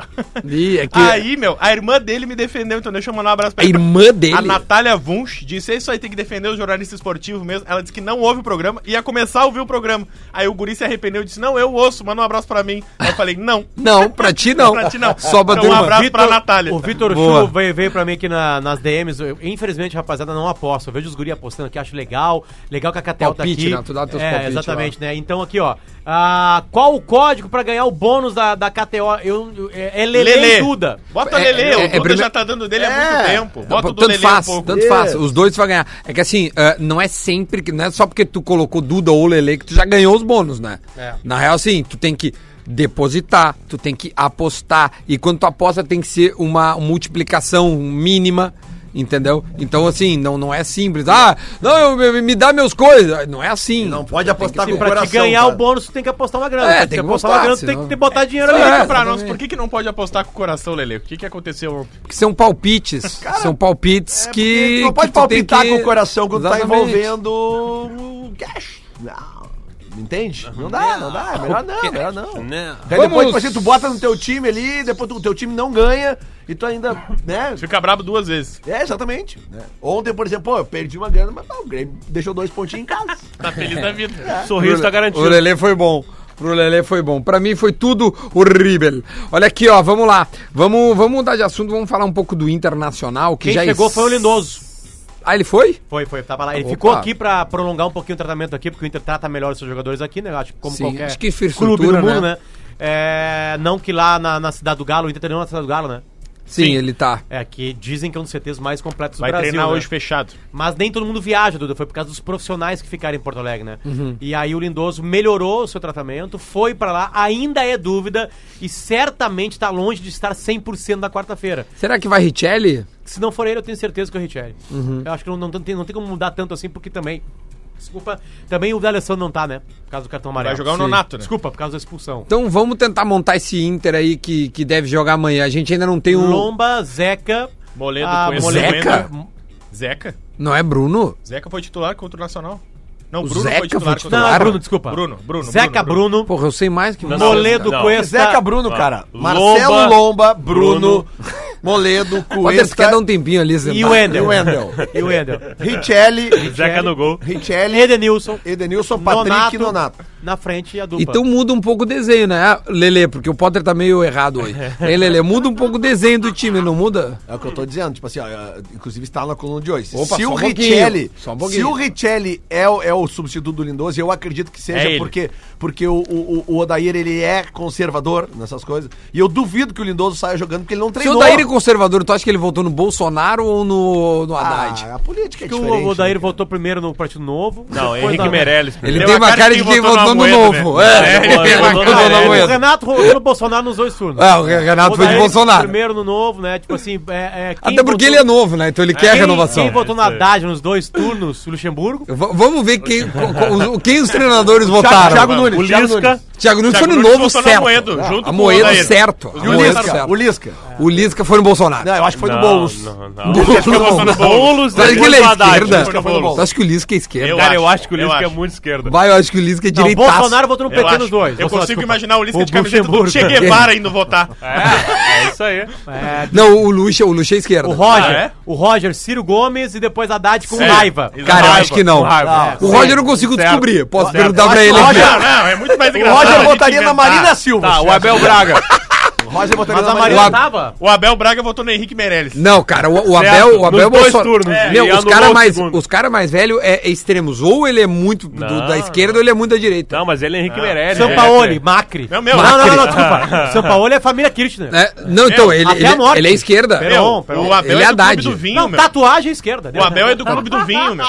Speaker 1: Ih, é que-
Speaker 4: Aí, meu, a irmã dele me defendeu, então deixa eu mandar um abraço
Speaker 1: A irmã dele?
Speaker 4: A Natália Wunsch disse: É isso aí, tem que defender o jornalista esportivo mesmo. Ela disse que não ouve o programa e ia começar a ouvir o programa. Aí o guri se arrependeu e disse: Não, eu ouço, manda um abraço pra mim. Aí eu falei: Não.
Speaker 1: Não, pra ti não.
Speaker 4: Pra ti não.
Speaker 1: Só
Speaker 4: Então,
Speaker 1: bateu
Speaker 4: um
Speaker 1: uma.
Speaker 4: abraço pra
Speaker 3: Vitor-
Speaker 4: Natália.
Speaker 3: O Vitor
Speaker 1: Boa.
Speaker 3: Chu veio, veio pra mim aqui na- nas DMs. Eu, infelizmente, rapaziada, não aposto. Eu vejo os guri apostando aqui, acho legal. Legal que a Catel tá
Speaker 1: Palpite,
Speaker 3: aqui.
Speaker 1: né? Tu dá teus
Speaker 3: é,
Speaker 1: palpites
Speaker 3: exatamente, né? Então aqui, ó. Ah, qual o código pra ganhar o bônus da, da KTO? Eu, eu- é, é Lele,
Speaker 4: Lele.
Speaker 3: e Duda.
Speaker 4: Bota
Speaker 1: É,
Speaker 4: Lele,
Speaker 1: é,
Speaker 4: o
Speaker 1: é
Speaker 4: Duda
Speaker 1: prime-
Speaker 4: já tá dando dele há muito tempo. Bota o
Speaker 1: Tipo,
Speaker 4: do
Speaker 1: tanto
Speaker 4: Lele
Speaker 1: faz,
Speaker 4: um pouco.
Speaker 1: tanto faz. Os dois tu vai ganhar. É que assim, ah, não é sempre que. Não é só porque tu colocou Duda ou Lele que tu já ganhou os bônus, né?
Speaker 5: É.
Speaker 1: Na real, assim, tu tem que depositar, tu tem que apostar. E quando tu aposta, tem que ser uma multiplicação mínima. Entendeu? Então, assim, não, não é simples. Ah, não, eu- me- me dá meus coisas. Não é assim.
Speaker 5: Não pode apostar
Speaker 3: Sim,
Speaker 5: com o
Speaker 3: pra
Speaker 5: coração.
Speaker 3: te ganhar
Speaker 5: cara.
Speaker 3: o bônus, tu tem que apostar uma grana.
Speaker 1: É,
Speaker 3: Pra te
Speaker 1: tem que
Speaker 3: apostar
Speaker 1: botar,
Speaker 3: uma grana, tu tem
Speaker 1: senão-
Speaker 3: que ter- botar dinheiro
Speaker 1: É,
Speaker 3: ali.
Speaker 4: Explica
Speaker 1: é,
Speaker 4: pra nós,
Speaker 1: exatamente.
Speaker 4: por que, que não pode apostar com o coração, Lele? O que, que aconteceu ontem?
Speaker 1: Porque são palpites. são
Speaker 5: é,
Speaker 1: palpites que.
Speaker 5: Tu não pode
Speaker 1: que tu tem
Speaker 5: palpitar
Speaker 1: que-
Speaker 5: com o coração quando tá
Speaker 1: Exatamente.
Speaker 5: envolvendo o cash. Não. Entende? Não dá, não dá. É melhor não, melhor não.
Speaker 2: Né?
Speaker 5: Aí depois,
Speaker 1: Vamos-
Speaker 5: tipo assim, tu bota no teu time ali, depois tu- o teu time não ganha e tu ainda, né?
Speaker 4: Fica brabo duas vezes.
Speaker 5: É, exatamente. né? Ontem, por exemplo, pô, eu perdi uma grana, mas pô, o Grêmio deixou dois pontinhos em casa.
Speaker 4: Tá feliz da vida.
Speaker 2: Sorriso tá garantido.
Speaker 1: O Lelê foi bom. Pro Lelê foi bom. Pra mim foi tudo horrível. Olha aqui, ó, vamos lá. Vamos, vamos mudar de assunto, vamos falar um pouco do Internacional, que
Speaker 3: Quem
Speaker 1: já é
Speaker 3: chegou
Speaker 1: es-
Speaker 3: foi o Lindoso.
Speaker 1: Ah, ele foi?
Speaker 3: Foi, foi, tava lá. Ele
Speaker 1: Opa.
Speaker 3: ficou aqui pra prolongar um pouquinho o tratamento aqui, porque o Inter trata melhor os seus jogadores aqui, né? Eu Acho que como
Speaker 1: Sim,
Speaker 3: qualquer
Speaker 1: acho que infraestrutura,
Speaker 3: clube do mundo,
Speaker 1: né?
Speaker 3: né? É, não que lá na, na cidade do Galo, o Inter treinou na cidade do Galo, né?
Speaker 1: Sim, ele tá.
Speaker 3: É, que dizem que é um dos CTs mais completos do
Speaker 4: Vai
Speaker 3: Brasil.
Speaker 4: treinar
Speaker 3: né?
Speaker 4: hoje fechado.
Speaker 3: Mas nem todo mundo viaja, Duda. Foi por causa dos profissionais que ficaram em Porto Alegre, né?
Speaker 4: Uhum.
Speaker 3: E aí o Lindoso melhorou o seu tratamento, foi pra lá, ainda é dúvida e certamente tá longe de estar 100% na quarta-feira.
Speaker 1: Será que vai Richelli?
Speaker 3: Se não for ele, eu tenho certeza que é o Richelli.
Speaker 4: Uhum.
Speaker 3: Eu acho que não, não, tem, não tem como mudar tanto assim, porque também. Desculpa, também o D'Alessandro não tá, né? Por causa do cartão amarelo.
Speaker 4: Vai jogar o
Speaker 1: Sim.
Speaker 4: Nonato, né?
Speaker 3: Desculpa, por causa da expulsão.
Speaker 1: Então vamos tentar montar esse Inter aí que, que deve jogar amanhã. A gente ainda não tem um.
Speaker 3: Lomba, Zeca.
Speaker 4: Moledo
Speaker 3: ah,
Speaker 4: com esse
Speaker 3: Moledo.
Speaker 1: Zeca?
Speaker 4: Zeca?
Speaker 1: Não é Bruno?
Speaker 4: Zeca foi titular contra o Nacional. Não,
Speaker 1: O Zeca foi
Speaker 4: contra o
Speaker 3: Não,
Speaker 1: titular?
Speaker 3: é
Speaker 4: Nacional.
Speaker 3: Bruno, desculpa.
Speaker 4: Bruno, Bruno,
Speaker 3: Zeca Bruno.
Speaker 1: Porra, eu sei mais que
Speaker 2: não.
Speaker 3: Moledo
Speaker 2: não.
Speaker 3: Cuesta.
Speaker 5: Zeca Bruno, cara.
Speaker 2: Lomba,
Speaker 5: Marcelo Lomba, Bruno, Moledo,
Speaker 1: Potter, tu quer dar um
Speaker 5: Cuesta
Speaker 1: tempinho ali, Zé?
Speaker 3: E o
Speaker 5: e
Speaker 3: Wendel.
Speaker 5: o Wendel.
Speaker 3: E o Wendel.
Speaker 5: Richelli,
Speaker 2: Zeca no gol.
Speaker 5: Richelli,
Speaker 3: Edenilson.
Speaker 5: Edenilson, Patrick e Nonato.
Speaker 3: Na frente e a dupla.
Speaker 1: Então muda um pouco o desenho, né? Lele, porque o Potter tá meio errado hoje. Ei, Lele, muda um pouco o desenho do time, não muda?
Speaker 5: É o que eu tô dizendo, tipo assim, ó, é, inclusive está na coluna de hoje.
Speaker 1: Opa,
Speaker 5: se
Speaker 1: só
Speaker 5: o
Speaker 1: um pouquinho,
Speaker 5: Richelli,
Speaker 1: só um pouquinho.
Speaker 5: se o Richelli é, o- é o substituto do Lindoso, eu acredito que seja
Speaker 2: É ele.
Speaker 5: porque porque o, o, o Odair ele é conservador nessas coisas. E eu duvido que o Lindoso saia jogando porque ele não
Speaker 1: Se o
Speaker 5: treinou.
Speaker 1: Daíra é conservador, tu acha que ele votou no Bolsonaro ou no, no Haddad?
Speaker 5: ah, a política é
Speaker 3: que
Speaker 5: diferente.
Speaker 3: o Odair
Speaker 5: né, cara?
Speaker 3: voltou primeiro no Partido Novo.
Speaker 2: Não,
Speaker 3: depois
Speaker 2: Henrique
Speaker 3: na-
Speaker 2: Meirelles.
Speaker 1: Ele
Speaker 2: primeiro.
Speaker 1: tem uma cara de quem votou no
Speaker 2: Amoedo,
Speaker 1: novo.
Speaker 2: né?
Speaker 1: É,
Speaker 2: É,
Speaker 1: ele tem uma
Speaker 2: votou
Speaker 1: cara
Speaker 2: no
Speaker 1: de
Speaker 2: Amoedo.
Speaker 3: Ah, O Renato votou no Bolsonaro nos dois turnos.
Speaker 1: É, o um Renato foi de
Speaker 3: Odair
Speaker 1: Bolsonaro.
Speaker 3: Primeiro no novo, né? Tipo assim, é, é, quem
Speaker 1: Até porque
Speaker 3: votou- Ah,
Speaker 1: ele é novo, né? Então ele quer a
Speaker 3: quem-
Speaker 1: renovação.
Speaker 3: Quem votou na
Speaker 2: Isso aí.
Speaker 3: Haddad nos dois turnos, o Luxemburgo?
Speaker 1: V- vamos ver quem, co- co- os- quem os treinadores votaram.
Speaker 5: Thiago, Thiago
Speaker 1: Nunes.
Speaker 5: Nunes,
Speaker 2: O
Speaker 5: Thiago
Speaker 2: Lisca.
Speaker 5: Nunes.
Speaker 1: Thiago Nunes
Speaker 2: Thiago
Speaker 1: foi no
Speaker 2: Nunes
Speaker 1: novo
Speaker 2: votou no
Speaker 1: certo.
Speaker 2: Amoedo, junto com
Speaker 1: a
Speaker 2: o
Speaker 1: Moedo é
Speaker 2: Odair.
Speaker 1: certo.
Speaker 5: E o
Speaker 1: Amoedo
Speaker 5: Lisca,
Speaker 1: é certo.
Speaker 5: o Lisca.
Speaker 1: O Lisca foi no Bolsonaro.
Speaker 5: Não, eu acho que foi do
Speaker 2: Não,
Speaker 5: Boulos.
Speaker 2: não, não.
Speaker 1: Boulos.
Speaker 2: Acho que eu vou no Boulos,
Speaker 4: né?
Speaker 1: Sabe que
Speaker 2: depois
Speaker 1: ele
Speaker 2: no
Speaker 1: é
Speaker 2: Haddad,
Speaker 1: esquerda?
Speaker 2: depois no Boulos.
Speaker 1: Tu acha que o Lisca é esquerda?
Speaker 4: Eu
Speaker 2: Cara, eu
Speaker 4: acho,
Speaker 2: acho que o
Speaker 4: eu
Speaker 2: Lisca é
Speaker 4: acho.
Speaker 2: muito esquerda.
Speaker 1: Vai, eu acho que o Lisca é
Speaker 3: Não, o
Speaker 1: direitaço.
Speaker 3: Bolsonaro votou no
Speaker 4: Eu,
Speaker 3: PT
Speaker 4: acho.
Speaker 3: nos dois.
Speaker 4: eu
Speaker 3: Bolsonaro,
Speaker 4: consigo
Speaker 3: desculpa.
Speaker 4: imaginar o Lisca de camiseta do
Speaker 3: Luxemburgo.
Speaker 4: Che Guevara indo votar.
Speaker 2: É, é isso aí.
Speaker 3: É,
Speaker 1: Não, o Lucha, o Lucha é esquerda.
Speaker 3: o Roger,
Speaker 2: Ah, é?
Speaker 3: o Roger, Ciro Gomes e depois Haddad com
Speaker 4: É.
Speaker 2: Sério?
Speaker 3: raiva.
Speaker 2: Isso,
Speaker 1: Cara, eu
Speaker 2: raiva,
Speaker 1: acho que não. é.
Speaker 2: com raiva.
Speaker 3: Não.
Speaker 1: O Roger eu não consigo
Speaker 2: Certo.
Speaker 1: descobrir. Posso
Speaker 2: Certo.
Speaker 1: perguntar pra
Speaker 5: Eu
Speaker 1: ele
Speaker 5: acho
Speaker 1: aqui.
Speaker 5: que o
Speaker 2: Não, não, é muito mais
Speaker 5: O
Speaker 2: engraçado. a
Speaker 5: Roger
Speaker 2: gente
Speaker 5: votaria na
Speaker 2: inventar.
Speaker 5: Marina Silva.
Speaker 2: Tá, o Abel Braga.
Speaker 5: O Roger votaria
Speaker 3: Mas
Speaker 5: na
Speaker 3: a
Speaker 5: Marina
Speaker 1: O
Speaker 3: Maria
Speaker 1: Ab-
Speaker 3: tava.
Speaker 4: O Abel Braga votou no Henrique Meirelles.
Speaker 1: Não, cara, o, o
Speaker 2: Certo,
Speaker 1: Abel, o Abel
Speaker 2: nos dois
Speaker 1: Bolsonaro.
Speaker 2: turnos. É,
Speaker 1: Meu,
Speaker 2: e
Speaker 1: os
Speaker 2: anulou
Speaker 1: caras
Speaker 2: o
Speaker 1: mais,
Speaker 2: segundo.
Speaker 1: os cara mais velhos é, é extremos. Ou ele é muito do-
Speaker 2: Não,
Speaker 1: da esquerda ou ele é muito da direita.
Speaker 2: Não, mas ele é Henrique Meirelles.
Speaker 3: São
Speaker 2: né?
Speaker 3: Paulo, Macri.
Speaker 4: Não, meu,
Speaker 3: não, não, não,
Speaker 4: Macri.
Speaker 3: não, desculpa. São Paulo é a família Kirchner.
Speaker 1: É, não, então, ele,
Speaker 3: até
Speaker 1: ele,
Speaker 3: a morte.
Speaker 1: ele é esquerda.
Speaker 3: Pera-
Speaker 4: Meu,
Speaker 3: Peron, Peron.
Speaker 4: o Abel
Speaker 1: Ele é
Speaker 4: é do Clube
Speaker 1: Haddad.
Speaker 4: do Vinho,
Speaker 3: não, tá-
Speaker 4: meu.
Speaker 3: tatuagem à esquerda. né?
Speaker 4: O Abel é do Clube do Vinho, meu.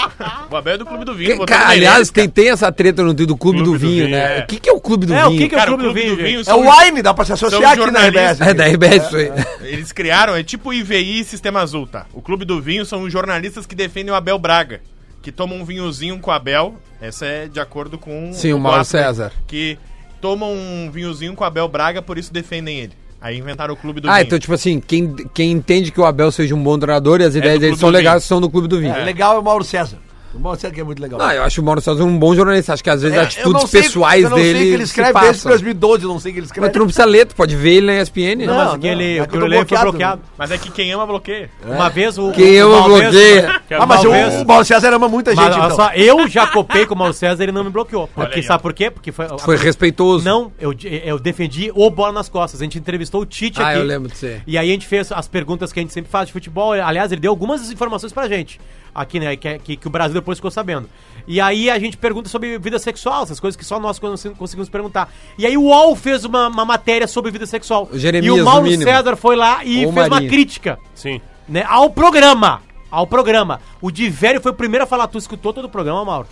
Speaker 4: O Abel é do Clube do Vinho.
Speaker 1: Que-
Speaker 4: votou no
Speaker 1: cara,
Speaker 4: Meirelles,
Speaker 1: aliás, tem, tem essa treta no do Clube, do, Vinho, né?
Speaker 2: é.
Speaker 1: O que, que é o Clube do
Speaker 3: É, o
Speaker 1: Vinho?
Speaker 3: que que é
Speaker 4: Cara,
Speaker 3: o Clube do Vinho,
Speaker 5: É o
Speaker 4: são-
Speaker 5: Wine, dá pra se associar aqui na
Speaker 4: jornalistas.
Speaker 5: RBS.
Speaker 1: É da RBS isso aí.
Speaker 4: Eles criaram, é tipo IVI e Sistema Azul, tá? O Clube do Vinho são os jornalistas que defendem o Abel Braga, que tomam um vinhozinho com o Abel. Essa é de acordo com
Speaker 1: Sim, o Mauro
Speaker 4: Mauro
Speaker 1: César.
Speaker 4: Que tomam um vinhozinho com o Abel Braga, por isso defendem ele. Aí inventaram o Clube do
Speaker 1: Ah,
Speaker 4: Vinho.
Speaker 1: então, tipo assim, quem, quem entende que o Abel seja um bom treinador e as ideias
Speaker 4: do
Speaker 1: dele
Speaker 4: Clube
Speaker 1: são
Speaker 4: do
Speaker 1: legais
Speaker 4: Vinho.
Speaker 1: são do Clube do Vinho.
Speaker 5: Legal é o Mauro César. O Mauro César que é muito legal.
Speaker 1: Ah, eu acho o Mauro César um bom jornalista. Acho que às vezes
Speaker 5: É, eu
Speaker 1: atitudes
Speaker 5: não sei-
Speaker 1: pessoais
Speaker 5: eu não
Speaker 1: dele.
Speaker 5: sei o que ele
Speaker 1: se
Speaker 5: escreve
Speaker 1: passam.
Speaker 5: desde 2012, eu não sei o que ele escreve.
Speaker 1: Mas tu não precisa ler, tu pode ver ele na ESPN.
Speaker 3: Não,
Speaker 1: Não,
Speaker 3: mas
Speaker 5: não,
Speaker 3: aquele,
Speaker 5: é
Speaker 3: o
Speaker 5: que
Speaker 3: que
Speaker 5: eu
Speaker 3: eu
Speaker 5: tô
Speaker 3: lembro foi
Speaker 5: bloqueado.
Speaker 3: bloqueado.
Speaker 4: Mas é que quem ama bloqueia.
Speaker 3: Uma vez o.
Speaker 1: Quem eu
Speaker 3: o Mauro
Speaker 1: bloqueei.
Speaker 3: César-
Speaker 2: Que é
Speaker 5: Ah, mas
Speaker 2: mal-
Speaker 5: o,
Speaker 3: Talvez.
Speaker 5: o Mauro César ama muita gente,
Speaker 3: Mas, olha
Speaker 5: então.
Speaker 3: só, eu já copei com o Mauro César e ele não me bloqueou. Porque,
Speaker 2: aí, ó.
Speaker 3: sabe por quê? Porque foi.
Speaker 1: Foi respeitoso. Ah,
Speaker 3: Não, eu, de- eu defendi o bola nas costas. A gente entrevistou o Tite
Speaker 1: Ah,
Speaker 3: aqui.
Speaker 1: eu lembro de você.
Speaker 3: E aí a gente fez as perguntas que a gente sempre faz de futebol. Aliás, ele deu algumas informações pra gente aqui, né? Que, que, que o Brasil depois ficou sabendo. E aí a gente pergunta sobre vida sexual, essas coisas que só nós cons- conseguimos perguntar. E aí o UOL fez uma, uma matéria sobre vida sexual.
Speaker 1: O Jeremias,
Speaker 3: e o
Speaker 1: no
Speaker 3: Mauro
Speaker 1: mínimo.
Speaker 3: César foi lá e
Speaker 1: Ou
Speaker 3: fez uma
Speaker 1: Marinho.
Speaker 3: crítica
Speaker 2: Sim.
Speaker 3: né, ao programa. Ao programa. O Divério foi o primeiro a falar. Tu escutou todo o programa, Mauro?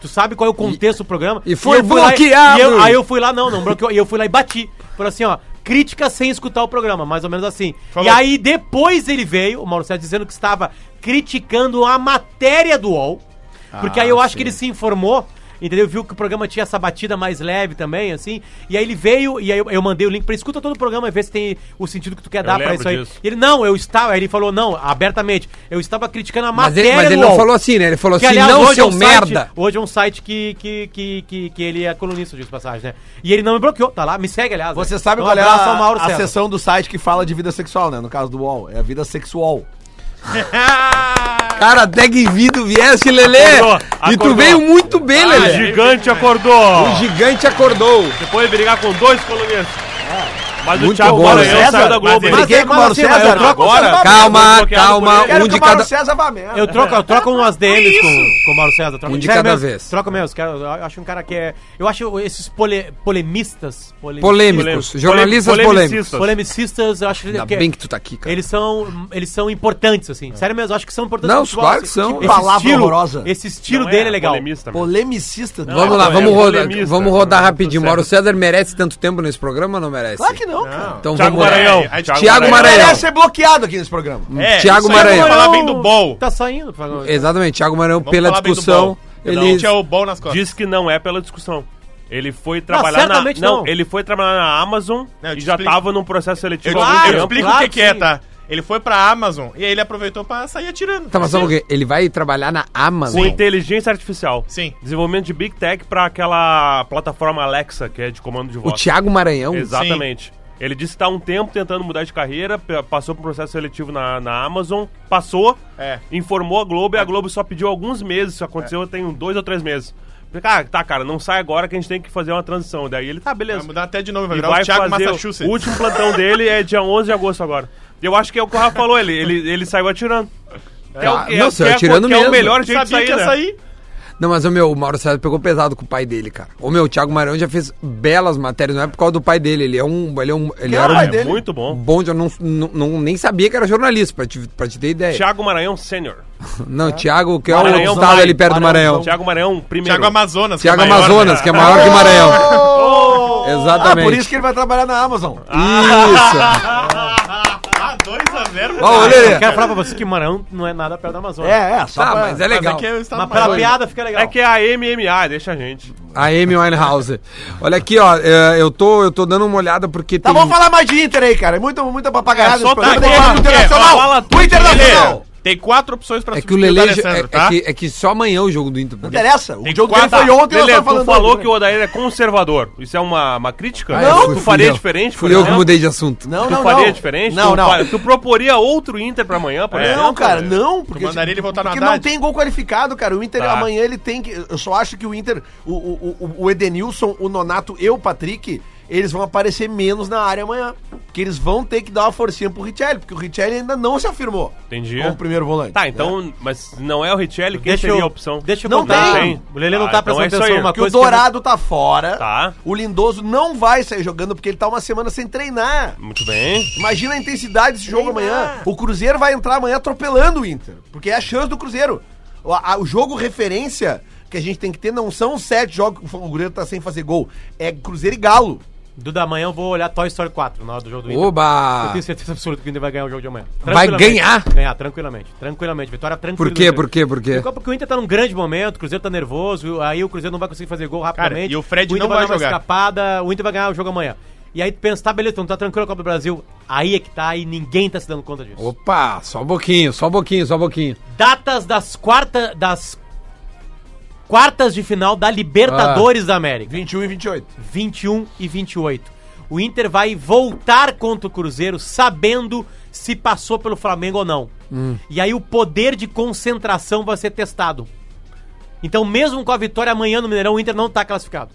Speaker 3: Tu sabe qual é o contexto do programa?
Speaker 1: e foi
Speaker 3: eu fui lá
Speaker 1: bloqueado!
Speaker 3: e eu- aí eu fui lá, não, não bloqueou. e eu fui lá e bati. Falei assim, ó. Crítica sem escutar o programa, mais ou menos assim. E aí depois ele veio, o Mauro César, dizendo que estava criticando a matéria do UOL. Porque aí eu
Speaker 1: Ah,
Speaker 3: acho que ele se informou, entendeu? Viu que o programa tinha essa batida mais leve também, assim. E aí ele veio, e aí eu, eu mandei o link pra ele, escuta todo o programa e vê se tem o sentido que tu quer dar pra
Speaker 2: lembro
Speaker 3: isso aí.
Speaker 2: disso.
Speaker 3: E ele, não, eu estava. Aí ele falou, não, abertamente, eu estava criticando a
Speaker 1: Mas
Speaker 3: matéria
Speaker 1: ele, mas ele
Speaker 3: do
Speaker 1: não
Speaker 3: UOL.
Speaker 1: falou assim, né? Ele falou
Speaker 3: Que,
Speaker 1: assim,
Speaker 3: aliás,
Speaker 1: não,
Speaker 3: hoje é
Speaker 1: seu
Speaker 3: um site-
Speaker 1: merda.
Speaker 3: hoje é um site que, que, que, que, que ele é colunista, diz de passagem, né? E ele não me bloqueou, tá lá, me segue, aliás.
Speaker 5: Você
Speaker 3: né?
Speaker 5: sabe
Speaker 3: Um
Speaker 5: qual é
Speaker 3: abraço ao
Speaker 5: a,
Speaker 3: Mauro
Speaker 5: a
Speaker 3: César.
Speaker 5: seção do site que fala de vida sexual, né? No caso do UOL, é a vida sexual.
Speaker 1: Cara, até que vindo viesse, Lelê.
Speaker 2: Acordou,
Speaker 1: E tu
Speaker 2: acordou. Ah,
Speaker 1: veio muito bem,
Speaker 2: O
Speaker 1: Lelê.
Speaker 2: gigante acordou.
Speaker 1: O gigante acordou.
Speaker 2: Depois de brigar com dois colunistas. Mas o
Speaker 1: Muito
Speaker 2: Thiago
Speaker 1: bom,
Speaker 2: Maranhão
Speaker 1: César,
Speaker 2: saiu da
Speaker 5: mas
Speaker 2: Globo.
Speaker 5: Eu
Speaker 2: é hein?
Speaker 3: ele-
Speaker 5: briguei com o Mauro
Speaker 3: mas assim,
Speaker 5: César.
Speaker 3: mas eu troco-
Speaker 2: Agora? tá
Speaker 1: Calma,
Speaker 2: bloqueado
Speaker 1: calma,
Speaker 2: por ele.
Speaker 1: um de cada...
Speaker 5: César vá mesmo.
Speaker 3: Eu troco, eu troco
Speaker 2: É
Speaker 3: umas DMs com, com o Mauro César. Troco,
Speaker 1: Um de
Speaker 3: Sério
Speaker 1: cada
Speaker 3: mesmo,
Speaker 1: vez.
Speaker 3: Troco mesmo, cara, eu acho um cara que é... Eu acho esses pole, polemistas... pole-
Speaker 1: Polêmicos, jornalistas
Speaker 2: Polemi-
Speaker 1: polêmicos.
Speaker 3: Polemicistas, eu acho
Speaker 1: Ainda
Speaker 3: que...
Speaker 1: bem que tu tá aqui, cara. É.
Speaker 3: Eles são, eles são importantes, assim. Sério mesmo, eu acho que são importantes.
Speaker 1: Não,
Speaker 3: no futebol,
Speaker 1: claro que
Speaker 3: assim.
Speaker 1: são.
Speaker 3: Esse
Speaker 5: Palavra
Speaker 3: estilo,
Speaker 5: horrorosa.
Speaker 3: Esse estilo
Speaker 2: Não
Speaker 3: dele é legal.
Speaker 2: polemista, meu.
Speaker 5: Polemicista.
Speaker 2: Não,
Speaker 1: Vamos lá,
Speaker 2: é
Speaker 1: vamos rodar,
Speaker 2: polemista.
Speaker 1: vamos rodar
Speaker 2: Tá
Speaker 1: rapidinho.
Speaker 2: certo.
Speaker 1: Mauro César merece tanto tempo nesse programa ou não merece?
Speaker 5: Claro que não, cara.
Speaker 1: Então
Speaker 2: Thiago
Speaker 1: vamos lá.
Speaker 2: Maranhão.
Speaker 4: Thiago
Speaker 1: Thiago
Speaker 5: Ele
Speaker 1: Maranhão.
Speaker 5: merece ser bloqueado aqui nesse programa.
Speaker 4: É,
Speaker 1: Thiago
Speaker 4: isso aí
Speaker 1: Maranhão.
Speaker 4: Vamos falar bem do Bol.
Speaker 3: Tá saindo.
Speaker 1: É.
Speaker 3: Thiago.
Speaker 1: Exatamente, Thiago Maranhão,
Speaker 4: Vamos
Speaker 1: pela
Speaker 4: falar bem do
Speaker 1: discussão,
Speaker 4: Bol.
Speaker 1: ele...
Speaker 4: Não, é o Bol nas costas.
Speaker 2: Diz que não é pela discussão. Ele foi trabalhar na
Speaker 3: certamente
Speaker 2: não,
Speaker 3: não.
Speaker 2: ele foi trabalhar na Amazon
Speaker 4: Não, eu
Speaker 2: e
Speaker 4: te
Speaker 2: já
Speaker 4: explico.
Speaker 2: tava num processo
Speaker 4: Eu,
Speaker 2: seletivo há muito
Speaker 4: claro, eu
Speaker 2: tempo.
Speaker 4: explico
Speaker 3: claro
Speaker 4: o que, que é,
Speaker 3: que
Speaker 4: tá? Ele foi pra Amazon e aí ele aproveitou pra sair atirando.
Speaker 1: Tá, mas sabe o quê? Ele vai trabalhar na Amazon.
Speaker 2: Com inteligência artificial.
Speaker 4: Sim.
Speaker 2: Desenvolvimento de Big Tech pra aquela plataforma Alexa, que é de comando de
Speaker 1: O
Speaker 2: voz.
Speaker 1: Thiago Maranhão?
Speaker 2: Exatamente. Ele disse que tá há um tempo tentando mudar de carreira, pe- passou por um processo seletivo na, na Amazon, passou,
Speaker 4: É.
Speaker 2: informou a Globo e a Globo só pediu alguns meses, isso aconteceu tem um, dois ou três meses. Falei, Cara, tá, cara, não sai agora que a gente tem que fazer uma transição. Daí ele, tá, beleza.
Speaker 4: Vai mudar até de nome, vai
Speaker 2: E
Speaker 4: virar
Speaker 2: vai
Speaker 4: o Thiago
Speaker 2: fazer o
Speaker 4: Massachusetts.
Speaker 2: último plantão dele é dia 11 de agosto agora. Eu acho que é o que o Rafa falou, ele, ele, ele saiu atirando. É,
Speaker 1: Ah, não, saiu
Speaker 2: que
Speaker 1: atirando
Speaker 2: que é
Speaker 1: mesmo.
Speaker 2: o melhor jeito de
Speaker 4: Sabia
Speaker 2: sair,
Speaker 4: que ia
Speaker 1: é.
Speaker 2: né?
Speaker 4: sair.
Speaker 1: Não, mas o meu, o Mauro César pegou pesado com o pai dele, cara. O meu, o Thiago Maranhão já fez belas matérias, não é por causa do pai dele, ele é um... Ele, é um, ele
Speaker 5: é
Speaker 1: era
Speaker 5: o
Speaker 1: um
Speaker 5: pai
Speaker 2: É
Speaker 5: dele?
Speaker 2: muito bom.
Speaker 1: bom, eu não, não, não- nem sabia que era jornalista, pra te, pra te ter ideia.
Speaker 2: Thiago Maranhão Sênior.
Speaker 1: Não, Thiago, que é o
Speaker 2: Maranhão
Speaker 1: estado
Speaker 2: vai,
Speaker 1: ali perto do Maranhão.
Speaker 2: Thiago Maranhão, um primeiro.
Speaker 4: Thiago Amazonas. que é
Speaker 1: Thiago
Speaker 4: maior,
Speaker 1: Amazonas,
Speaker 4: né?
Speaker 1: que é maior que Maranhão.
Speaker 5: Ah,
Speaker 1: Exatamente. Ah.
Speaker 5: por isso que ele vai trabalhar na Amazon.
Speaker 1: Isso.
Speaker 4: Ah, 2x0.
Speaker 1: Ó, o
Speaker 3: Eu
Speaker 1: Lelê.
Speaker 3: quero falar pra você que Maranhão não é nada perto da Amazônia.
Speaker 5: É, é, só
Speaker 1: Tá,
Speaker 5: pra...
Speaker 1: mas é legal.
Speaker 4: que é o estado
Speaker 3: Mas pela
Speaker 4: maior.
Speaker 3: piada fica legal.
Speaker 2: É que é a MMA, deixa a gente.
Speaker 1: A Amy Winehouse. Olha aqui, ó. é, Eu tô, eu tô dando uma olhada porque
Speaker 5: Tá,
Speaker 1: tem.
Speaker 5: vamos falar mais de Inter aí, cara. É muita, muita papagaiada
Speaker 2: É
Speaker 5: nesse
Speaker 2: só
Speaker 5: programa. Tem que falar
Speaker 2: tá
Speaker 5: do
Speaker 2: aqui, ó,
Speaker 5: Internacional.
Speaker 2: fala
Speaker 5: Do
Speaker 2: tudo,
Speaker 5: Internacional.
Speaker 4: Lelê, Tem quatro opções pra
Speaker 1: É que o Lelê.
Speaker 4: substituir
Speaker 1: é, é
Speaker 4: Alessandro, tá?
Speaker 1: que, é que só amanhã o jogo do Inter. Ah,
Speaker 5: Não interessa. O
Speaker 2: Tem
Speaker 5: jogo dele
Speaker 2: quatro-
Speaker 5: foi ontem, né?
Speaker 2: Lelê,
Speaker 5: tava
Speaker 2: tu falou
Speaker 5: hoje,
Speaker 2: que o Odair é conservador. Isso é uma, uma crítica?
Speaker 1: Ah, eu fui-
Speaker 2: tu
Speaker 1: fui
Speaker 2: faria
Speaker 1: eu.
Speaker 2: diferente, por
Speaker 1: Fui eu que
Speaker 2: exemplo?
Speaker 1: mudei de assunto.
Speaker 5: Não,
Speaker 2: Tu
Speaker 5: não, não.
Speaker 2: faria diferente?
Speaker 5: Não,
Speaker 2: tu, É,
Speaker 5: não. É,
Speaker 2: fa- Tu proporia outro Inter pra amanhã, por exemplo?
Speaker 5: Não, cara, não, porque.
Speaker 4: Tu mandaria ele voltar no
Speaker 5: Porque
Speaker 4: Haddad?
Speaker 5: não tem gol qualificado, cara. O Inter
Speaker 2: Tá.
Speaker 5: amanhã ele tem que. Eu só acho que o Inter, o, o, o- o Edenilson, o Nonato e o Patrick, eles vão aparecer menos na área amanhã. Porque eles vão ter que dar uma forcinha pro Richelli, porque o Richelli ainda não se afirmou.
Speaker 2: Entendi.
Speaker 5: Como primeiro volante.
Speaker 2: Tá, então, mas não é o Richelli, quem
Speaker 3: Deixa
Speaker 2: seria
Speaker 3: eu-
Speaker 2: a opção?
Speaker 3: Deixa eu
Speaker 5: Não
Speaker 3: contar.
Speaker 2: tem.
Speaker 3: O Lelê não
Speaker 2: Ah,
Speaker 3: tá
Speaker 2: então é
Speaker 3: prestando
Speaker 2: isso
Speaker 3: atenção
Speaker 2: aí.
Speaker 3: numa
Speaker 5: Porque o
Speaker 3: coisa.
Speaker 5: Dourado tá fora.
Speaker 2: Tá.
Speaker 5: O Lindoso não vai sair jogando porque ele tá uma semana sem treinar.
Speaker 2: Muito bem.
Speaker 5: Imagina a intensidade desse jogo amanhã. O Cruzeiro vai entrar amanhã atropelando o Inter, porque é a chance do Cruzeiro. O, a- o jogo referência que a gente tem que ter não são sete jogos que o Cruzeiro tá sem fazer gol, é Cruzeiro e Galo.
Speaker 3: Que... Do da manhã eu vou olhar Toy Story 4 na hora do jogo do Inter. Eu
Speaker 1: Oba!
Speaker 3: tenho certeza absoluta que o Inter vai ganhar o jogo de amanhã.
Speaker 1: Vai
Speaker 3: Tranquilamente.
Speaker 1: ganhar?
Speaker 3: Ganhar, tranquilamente. Tranquilamente. Vitória tranquila.
Speaker 1: Por quê? Por quê? Por quê?
Speaker 4: É.
Speaker 3: Porque o Inter tá num grande momento, o Cruzeiro tá nervoso, aí o Cruzeiro não vai conseguir fazer gol rapidamente.
Speaker 4: e o Fred
Speaker 3: Inter
Speaker 4: não vai
Speaker 3: dar uma
Speaker 4: jogar.
Speaker 3: escapada, o Inter vai ganhar o jogo amanhã. E aí tu pensa, tá beleza, então tá tranquilo a Copa do Brasil. Aí é que tá, e ninguém tá se dando conta disso.
Speaker 1: Opa, só um pouquinho, só um pouquinho, só um pouquinho.
Speaker 3: Datas das quarta das quartas de final da
Speaker 4: Ah.
Speaker 3: Libertadores da América.
Speaker 5: 21 e 28.
Speaker 3: 21 e 28. O Inter vai voltar contra o Cruzeiro sabendo se passou pelo Flamengo ou não. E aí o poder de concentração vai ser testado. Então, mesmo com a vitória amanhã no Mineirão, o Inter não tá classificado.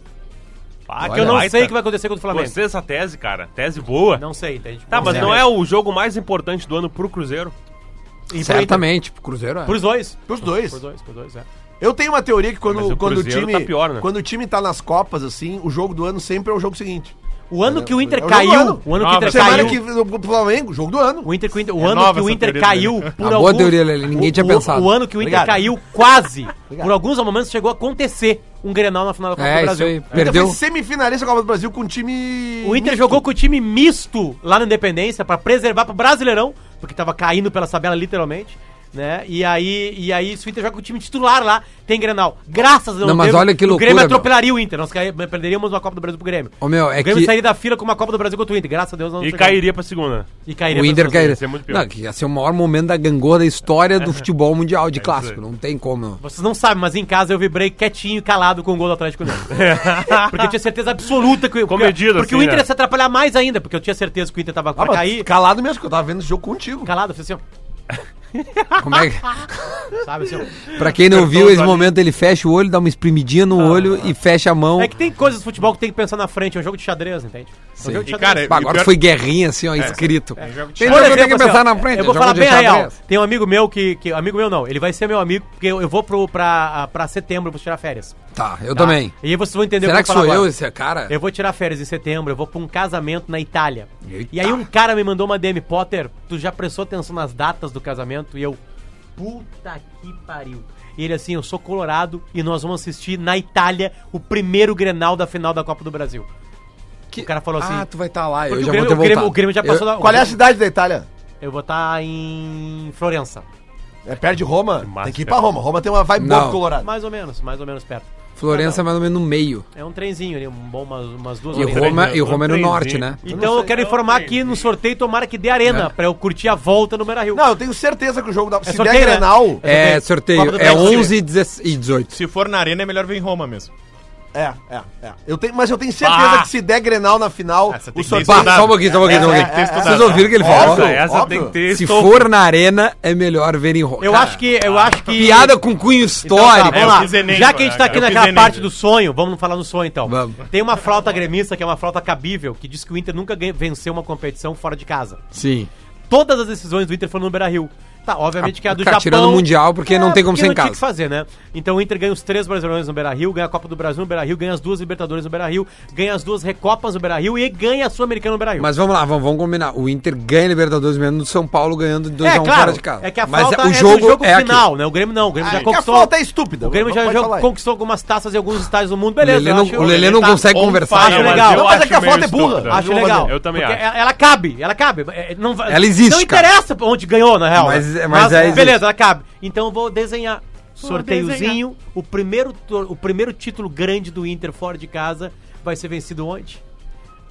Speaker 2: Pá,
Speaker 3: Porque eu não sei o que vai acontecer contra o Flamengo.
Speaker 2: Gostei dessa tese, cara. Tese boa.
Speaker 3: Não sei, entende?
Speaker 2: tá, mas
Speaker 3: sei
Speaker 2: não
Speaker 3: mesmo.
Speaker 2: é o jogo mais importante do ano pro Cruzeiro.
Speaker 3: E pro Inter.
Speaker 1: Certamente, pro Cruzeiro é.
Speaker 3: Pros dois.
Speaker 5: Pros dois.
Speaker 3: Pros dois, pros dois, é.
Speaker 5: Eu tenho uma teoria que quando,
Speaker 2: Mas o
Speaker 5: quando, o,
Speaker 2: Cruzeiro
Speaker 5: time,
Speaker 2: tá pior, né?
Speaker 5: quando o time tá nas Copas, assim, o jogo do ano sempre é o jogo seguinte.
Speaker 3: O ano que o Inter
Speaker 5: É o jogo
Speaker 3: caiu,
Speaker 5: do ano.
Speaker 3: o ano que o
Speaker 2: Nova
Speaker 3: Inter
Speaker 5: Semana
Speaker 3: caiu,
Speaker 5: que o Flamengo, jogo do ano.
Speaker 3: o Inter, o Inter- o
Speaker 4: É
Speaker 3: ano
Speaker 4: nova
Speaker 3: que o
Speaker 4: essa
Speaker 3: Inter
Speaker 4: teoria
Speaker 3: caiu
Speaker 4: dele.
Speaker 3: por
Speaker 1: Ah, boa
Speaker 3: alguns,
Speaker 1: teoria, Lelê, ninguém tinha
Speaker 3: o,
Speaker 1: pensado.
Speaker 3: O ano que o Inter
Speaker 5: Obrigado.
Speaker 3: caiu quase,
Speaker 5: Obrigado.
Speaker 3: por alguns momentos chegou a acontecer um Grenal na final da Copa do
Speaker 1: É, isso
Speaker 3: Brasil.
Speaker 1: aí.
Speaker 5: O Inter
Speaker 1: Perdeu.
Speaker 5: foi semifinalista da Copa do Brasil com um time.
Speaker 3: O Inter jogou com o time misto lá na Independência pra preservar pro Brasileirão, porque tava caindo pela tabela literalmente. Né? E aí, e aí, se o Inter joga com o time titular lá, tem Grenal. Graças a Deus,
Speaker 1: Não, mas
Speaker 3: teve.
Speaker 1: olha que
Speaker 3: O
Speaker 1: loucura,
Speaker 3: Grêmio
Speaker 1: meu.
Speaker 3: atropelaria o Inter. Nós cai- perderíamos uma Copa do Brasil pro Grêmio.
Speaker 1: Ô, meu, é
Speaker 3: o Grêmio
Speaker 1: que-
Speaker 3: sairia da fila com uma Copa do Brasil contra o Inter. Graças a Deus, nós não
Speaker 2: E
Speaker 3: chegamos.
Speaker 2: cairia pra segunda.
Speaker 3: E cairia
Speaker 1: O
Speaker 3: pra
Speaker 1: Inter
Speaker 3: segunda.
Speaker 1: caiu.
Speaker 2: ser muito pior.
Speaker 1: Não, que ia ser o maior momento da gangorra da história do futebol mundial de clássico. Não tem como.
Speaker 3: Vocês não sabem, mas em casa eu vibrei quietinho e calado com o gol do Atlético Mineiro. porque eu tinha certeza absoluta que
Speaker 2: Comedido,
Speaker 3: porque, porque
Speaker 1: é.
Speaker 3: o
Speaker 2: assim,
Speaker 3: Inter
Speaker 2: né?
Speaker 3: ia se atrapalhar mais ainda, porque eu tinha certeza que o Inter tava pra
Speaker 5: Ah, mas
Speaker 3: cair.
Speaker 5: Calado mesmo, que eu tava vendo esse jogo contigo.
Speaker 3: Calado, eu fiz assim, ó,
Speaker 1: Como é que...
Speaker 3: sabe assim, ó.
Speaker 1: Pra quem não viu esse momento, ele fecha o olho, dá uma espremidinha no olho e fecha a mão.
Speaker 3: É que tem coisas do futebol que tem que pensar na frente, é um jogo de xadrez, entende? É um jogo de
Speaker 4: E,
Speaker 3: xadrez.
Speaker 4: cara,
Speaker 1: Bah,
Speaker 4: e
Speaker 1: agora
Speaker 4: pior-
Speaker 1: foi guerrinha assim, ó, escrito.
Speaker 4: jogo de
Speaker 1: Tem
Speaker 3: Por
Speaker 1: jogo que tem
Speaker 3: exemplo,
Speaker 1: que
Speaker 3: assim,
Speaker 1: pensar
Speaker 3: ó,
Speaker 1: na frente. é
Speaker 3: Eu vou
Speaker 1: jogo
Speaker 3: falar
Speaker 1: de
Speaker 3: bem
Speaker 1: xadrez.
Speaker 3: real. Tem um amigo meu que, que. Amigo meu não, ele vai ser meu amigo, porque eu eu vou pro, pra, pra setembro, eu vou tirar férias.
Speaker 1: Tá, eu
Speaker 3: tá?
Speaker 1: também.
Speaker 3: E aí vocês vão entender
Speaker 1: Será
Speaker 3: eu
Speaker 1: que
Speaker 3: vou falar
Speaker 1: sou eu
Speaker 3: agora.
Speaker 1: esse cara?
Speaker 3: Eu vou tirar férias em setembro, eu vou pra um casamento na Itália.
Speaker 1: Eita.
Speaker 3: E aí um cara me mandou uma DM, Potter, tu já prestou atenção nas datas do casamento? E eu, puta que pariu. E ele assim, eu sou colorado e nós vamos assistir na Itália o primeiro Grenal da final da Copa do Brasil.
Speaker 1: Que-
Speaker 3: O cara falou assim,
Speaker 1: Ah, tu vai estar lá, eu já
Speaker 3: porque o,
Speaker 1: vou
Speaker 3: Grêmio,
Speaker 1: ter
Speaker 3: o, Grêmio,
Speaker 1: voltado.
Speaker 3: o Grêmio já passou
Speaker 1: eu,
Speaker 3: da...
Speaker 5: Qual é a cidade da Itália?
Speaker 3: Eu vou estar em Florença.
Speaker 5: É perto de Roma.
Speaker 2: massa,
Speaker 5: tem que ir pra
Speaker 2: cara.
Speaker 5: Roma. Roma tem uma vibe boa
Speaker 1: Não.
Speaker 5: pro Colorado.
Speaker 3: Mais ou menos, mais ou menos perto.
Speaker 1: Florença é mais ou menos no meio.
Speaker 3: É um trenzinho ali, um bom, umas, umas duas
Speaker 1: E
Speaker 3: horinhas.
Speaker 1: Roma, e
Speaker 2: eu
Speaker 1: Roma é no
Speaker 2: trenzinho.
Speaker 1: norte, né?
Speaker 3: Então eu, quero informar que no sorteio tomara que dê arena, pra eu curtir a volta no Beira Rio.
Speaker 5: Não, eu tenho certeza que o jogo da. se der
Speaker 3: sorteio, né?
Speaker 5: Grenal.
Speaker 1: É,
Speaker 3: Copa
Speaker 1: sorteio.
Speaker 3: do
Speaker 1: É
Speaker 3: Brasil.
Speaker 1: 11 e 16 e 18.
Speaker 4: Se for na arena, é melhor vir em Roma mesmo.
Speaker 5: É, é, é. Eu tenho, mas eu tenho certeza
Speaker 2: Ah!
Speaker 5: que se der Grenal na final,
Speaker 4: Ah, você tem
Speaker 5: o
Speaker 4: que
Speaker 5: sorteio.
Speaker 1: Bah,
Speaker 4: Estudado.
Speaker 1: só um pouquinho, só um pouquinho, só um
Speaker 5: É, é,
Speaker 1: pouquinho.
Speaker 5: é, é,
Speaker 1: Vocês
Speaker 5: é.
Speaker 1: ouviram o que ele
Speaker 5: Óbvio,
Speaker 2: Essa,
Speaker 1: falou?
Speaker 2: essa
Speaker 5: óbvio.
Speaker 2: tem que ter.
Speaker 1: Se
Speaker 2: estofo.
Speaker 1: for na arena, é melhor ver em Roma.
Speaker 3: Eu acho que. Eu acho que.
Speaker 1: Piada com cunho
Speaker 3: Então tá,
Speaker 1: histórico.
Speaker 4: É, eu
Speaker 3: vamos
Speaker 4: fiz
Speaker 3: lá.
Speaker 4: Enem,
Speaker 3: Já que a gente tá
Speaker 4: cara,
Speaker 3: aqui
Speaker 4: eu fiz
Speaker 3: naquela
Speaker 4: Enem,
Speaker 3: parte
Speaker 4: gente.
Speaker 3: do sonho, vamos falar no sonho então.
Speaker 1: Vamos.
Speaker 3: Tem uma flauta gremista que é uma flauta cabível, que diz que o Inter nunca ganha- venceu uma competição fora de casa.
Speaker 1: Sim.
Speaker 3: Todas as decisões do Inter foram no Beira Rio. Tá, obviamente que a do
Speaker 1: Tá
Speaker 3: Japão. É,
Speaker 1: tirando o Mundial, porque não tem como
Speaker 3: porque
Speaker 1: ser em
Speaker 3: não tinha
Speaker 1: casa.
Speaker 3: que fazer, né? Então o Inter ganha os três brasileiros no Beira Rio, ganha a Copa do Brasil no Beira Rio, ganha as duas Libertadores no Beira Rio, ganha as duas Recopas no Beira Rio e ganha a Sul-Americana no Beira Rio.
Speaker 1: Mas vamos lá, vamos, vamos combinar. O Inter ganha Libertadores mesmo do São Paulo ganhando de 2x1
Speaker 3: é,
Speaker 1: fora
Speaker 3: claro,
Speaker 1: de casa.
Speaker 3: é que a
Speaker 1: Mas
Speaker 3: falta
Speaker 1: o
Speaker 3: é
Speaker 1: jogo,
Speaker 3: do jogo
Speaker 1: é
Speaker 3: final, né? O Grêmio não, o
Speaker 4: Ah,
Speaker 3: Grêmio já
Speaker 5: que a
Speaker 3: conquistou.
Speaker 5: falta é estúpida.
Speaker 3: O Grêmio já,
Speaker 5: pode
Speaker 3: já
Speaker 5: falar aí.
Speaker 3: conquistou algumas taças em alguns estádios do mundo,
Speaker 1: aqui.
Speaker 3: beleza.
Speaker 1: O Lelê
Speaker 3: eu
Speaker 1: não,
Speaker 3: acho-
Speaker 1: o Lelê não
Speaker 3: tá-
Speaker 1: consegue
Speaker 4: on
Speaker 1: conversar.
Speaker 3: fire,
Speaker 1: né?
Speaker 3: legal.
Speaker 2: eu
Speaker 5: Não, mas é
Speaker 2: acho
Speaker 5: que a
Speaker 2: meio
Speaker 5: falta é burra.
Speaker 2: estúpido.
Speaker 3: Acho
Speaker 5: Eu
Speaker 3: legal.
Speaker 2: Eu também
Speaker 3: Porque é
Speaker 2: acho.
Speaker 3: Ela, ela cabe, ela cabe. É, Não, vai-
Speaker 1: Ela existe,
Speaker 3: Não
Speaker 1: cara.
Speaker 3: interessa onde ganhou, na real. né?
Speaker 1: Mas- é- mas ela existe.
Speaker 3: beleza, ela cabe. Então eu vou desenhar. Sorteiozinho, O, primeiro, tor- o primeiro título grande do Inter fora de casa vai ser vencido onde?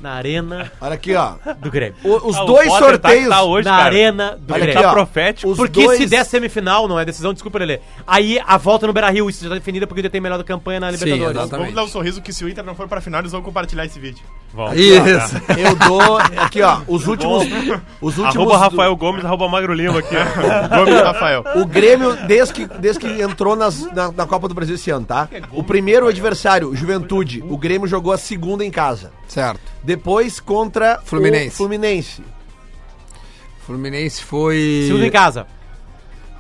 Speaker 3: Na Arena
Speaker 5: Olha aqui, ó.
Speaker 3: do Grêmio.
Speaker 5: O- os
Speaker 2: Ah, o
Speaker 5: dois
Speaker 2: Potter tá-
Speaker 5: sorteios.
Speaker 2: tá hoje,
Speaker 3: Na
Speaker 2: cara.
Speaker 3: Arena do
Speaker 5: Olha
Speaker 3: Grêmio.
Speaker 5: aqui,
Speaker 2: Tá
Speaker 5: ó.
Speaker 2: profético.
Speaker 5: Os
Speaker 3: Porque
Speaker 5: dois-
Speaker 3: se der semifinal, não é decisão, desculpa, Lelê. Aí a volta no Beira Rio, isso já tá definida porque o Inter tem melhor campanha na Libertadores.
Speaker 1: exatamente.
Speaker 4: Vamos dar um sorriso que se o Inter não for pra final, eles vão compartilhar esse vídeo.
Speaker 2: Vamos.
Speaker 1: Isso.
Speaker 5: Eu dou. Aqui, ó. Os últimos. Os últimos.
Speaker 2: Arroba
Speaker 5: do-
Speaker 2: Rafael Gomes, arroba Magro Lima aqui.
Speaker 4: Gomes e Rafael.
Speaker 5: O Grêmio, desde que, desde que entrou nas- na, na Copa do Brasil esse ano, tá? O primeiro adversário, Juventude, o Grêmio jogou a segunda em casa.
Speaker 1: Certo.
Speaker 5: Depois contra
Speaker 1: Fluminense.
Speaker 5: o Fluminense.
Speaker 1: Fluminense foi.
Speaker 3: Segundo em casa.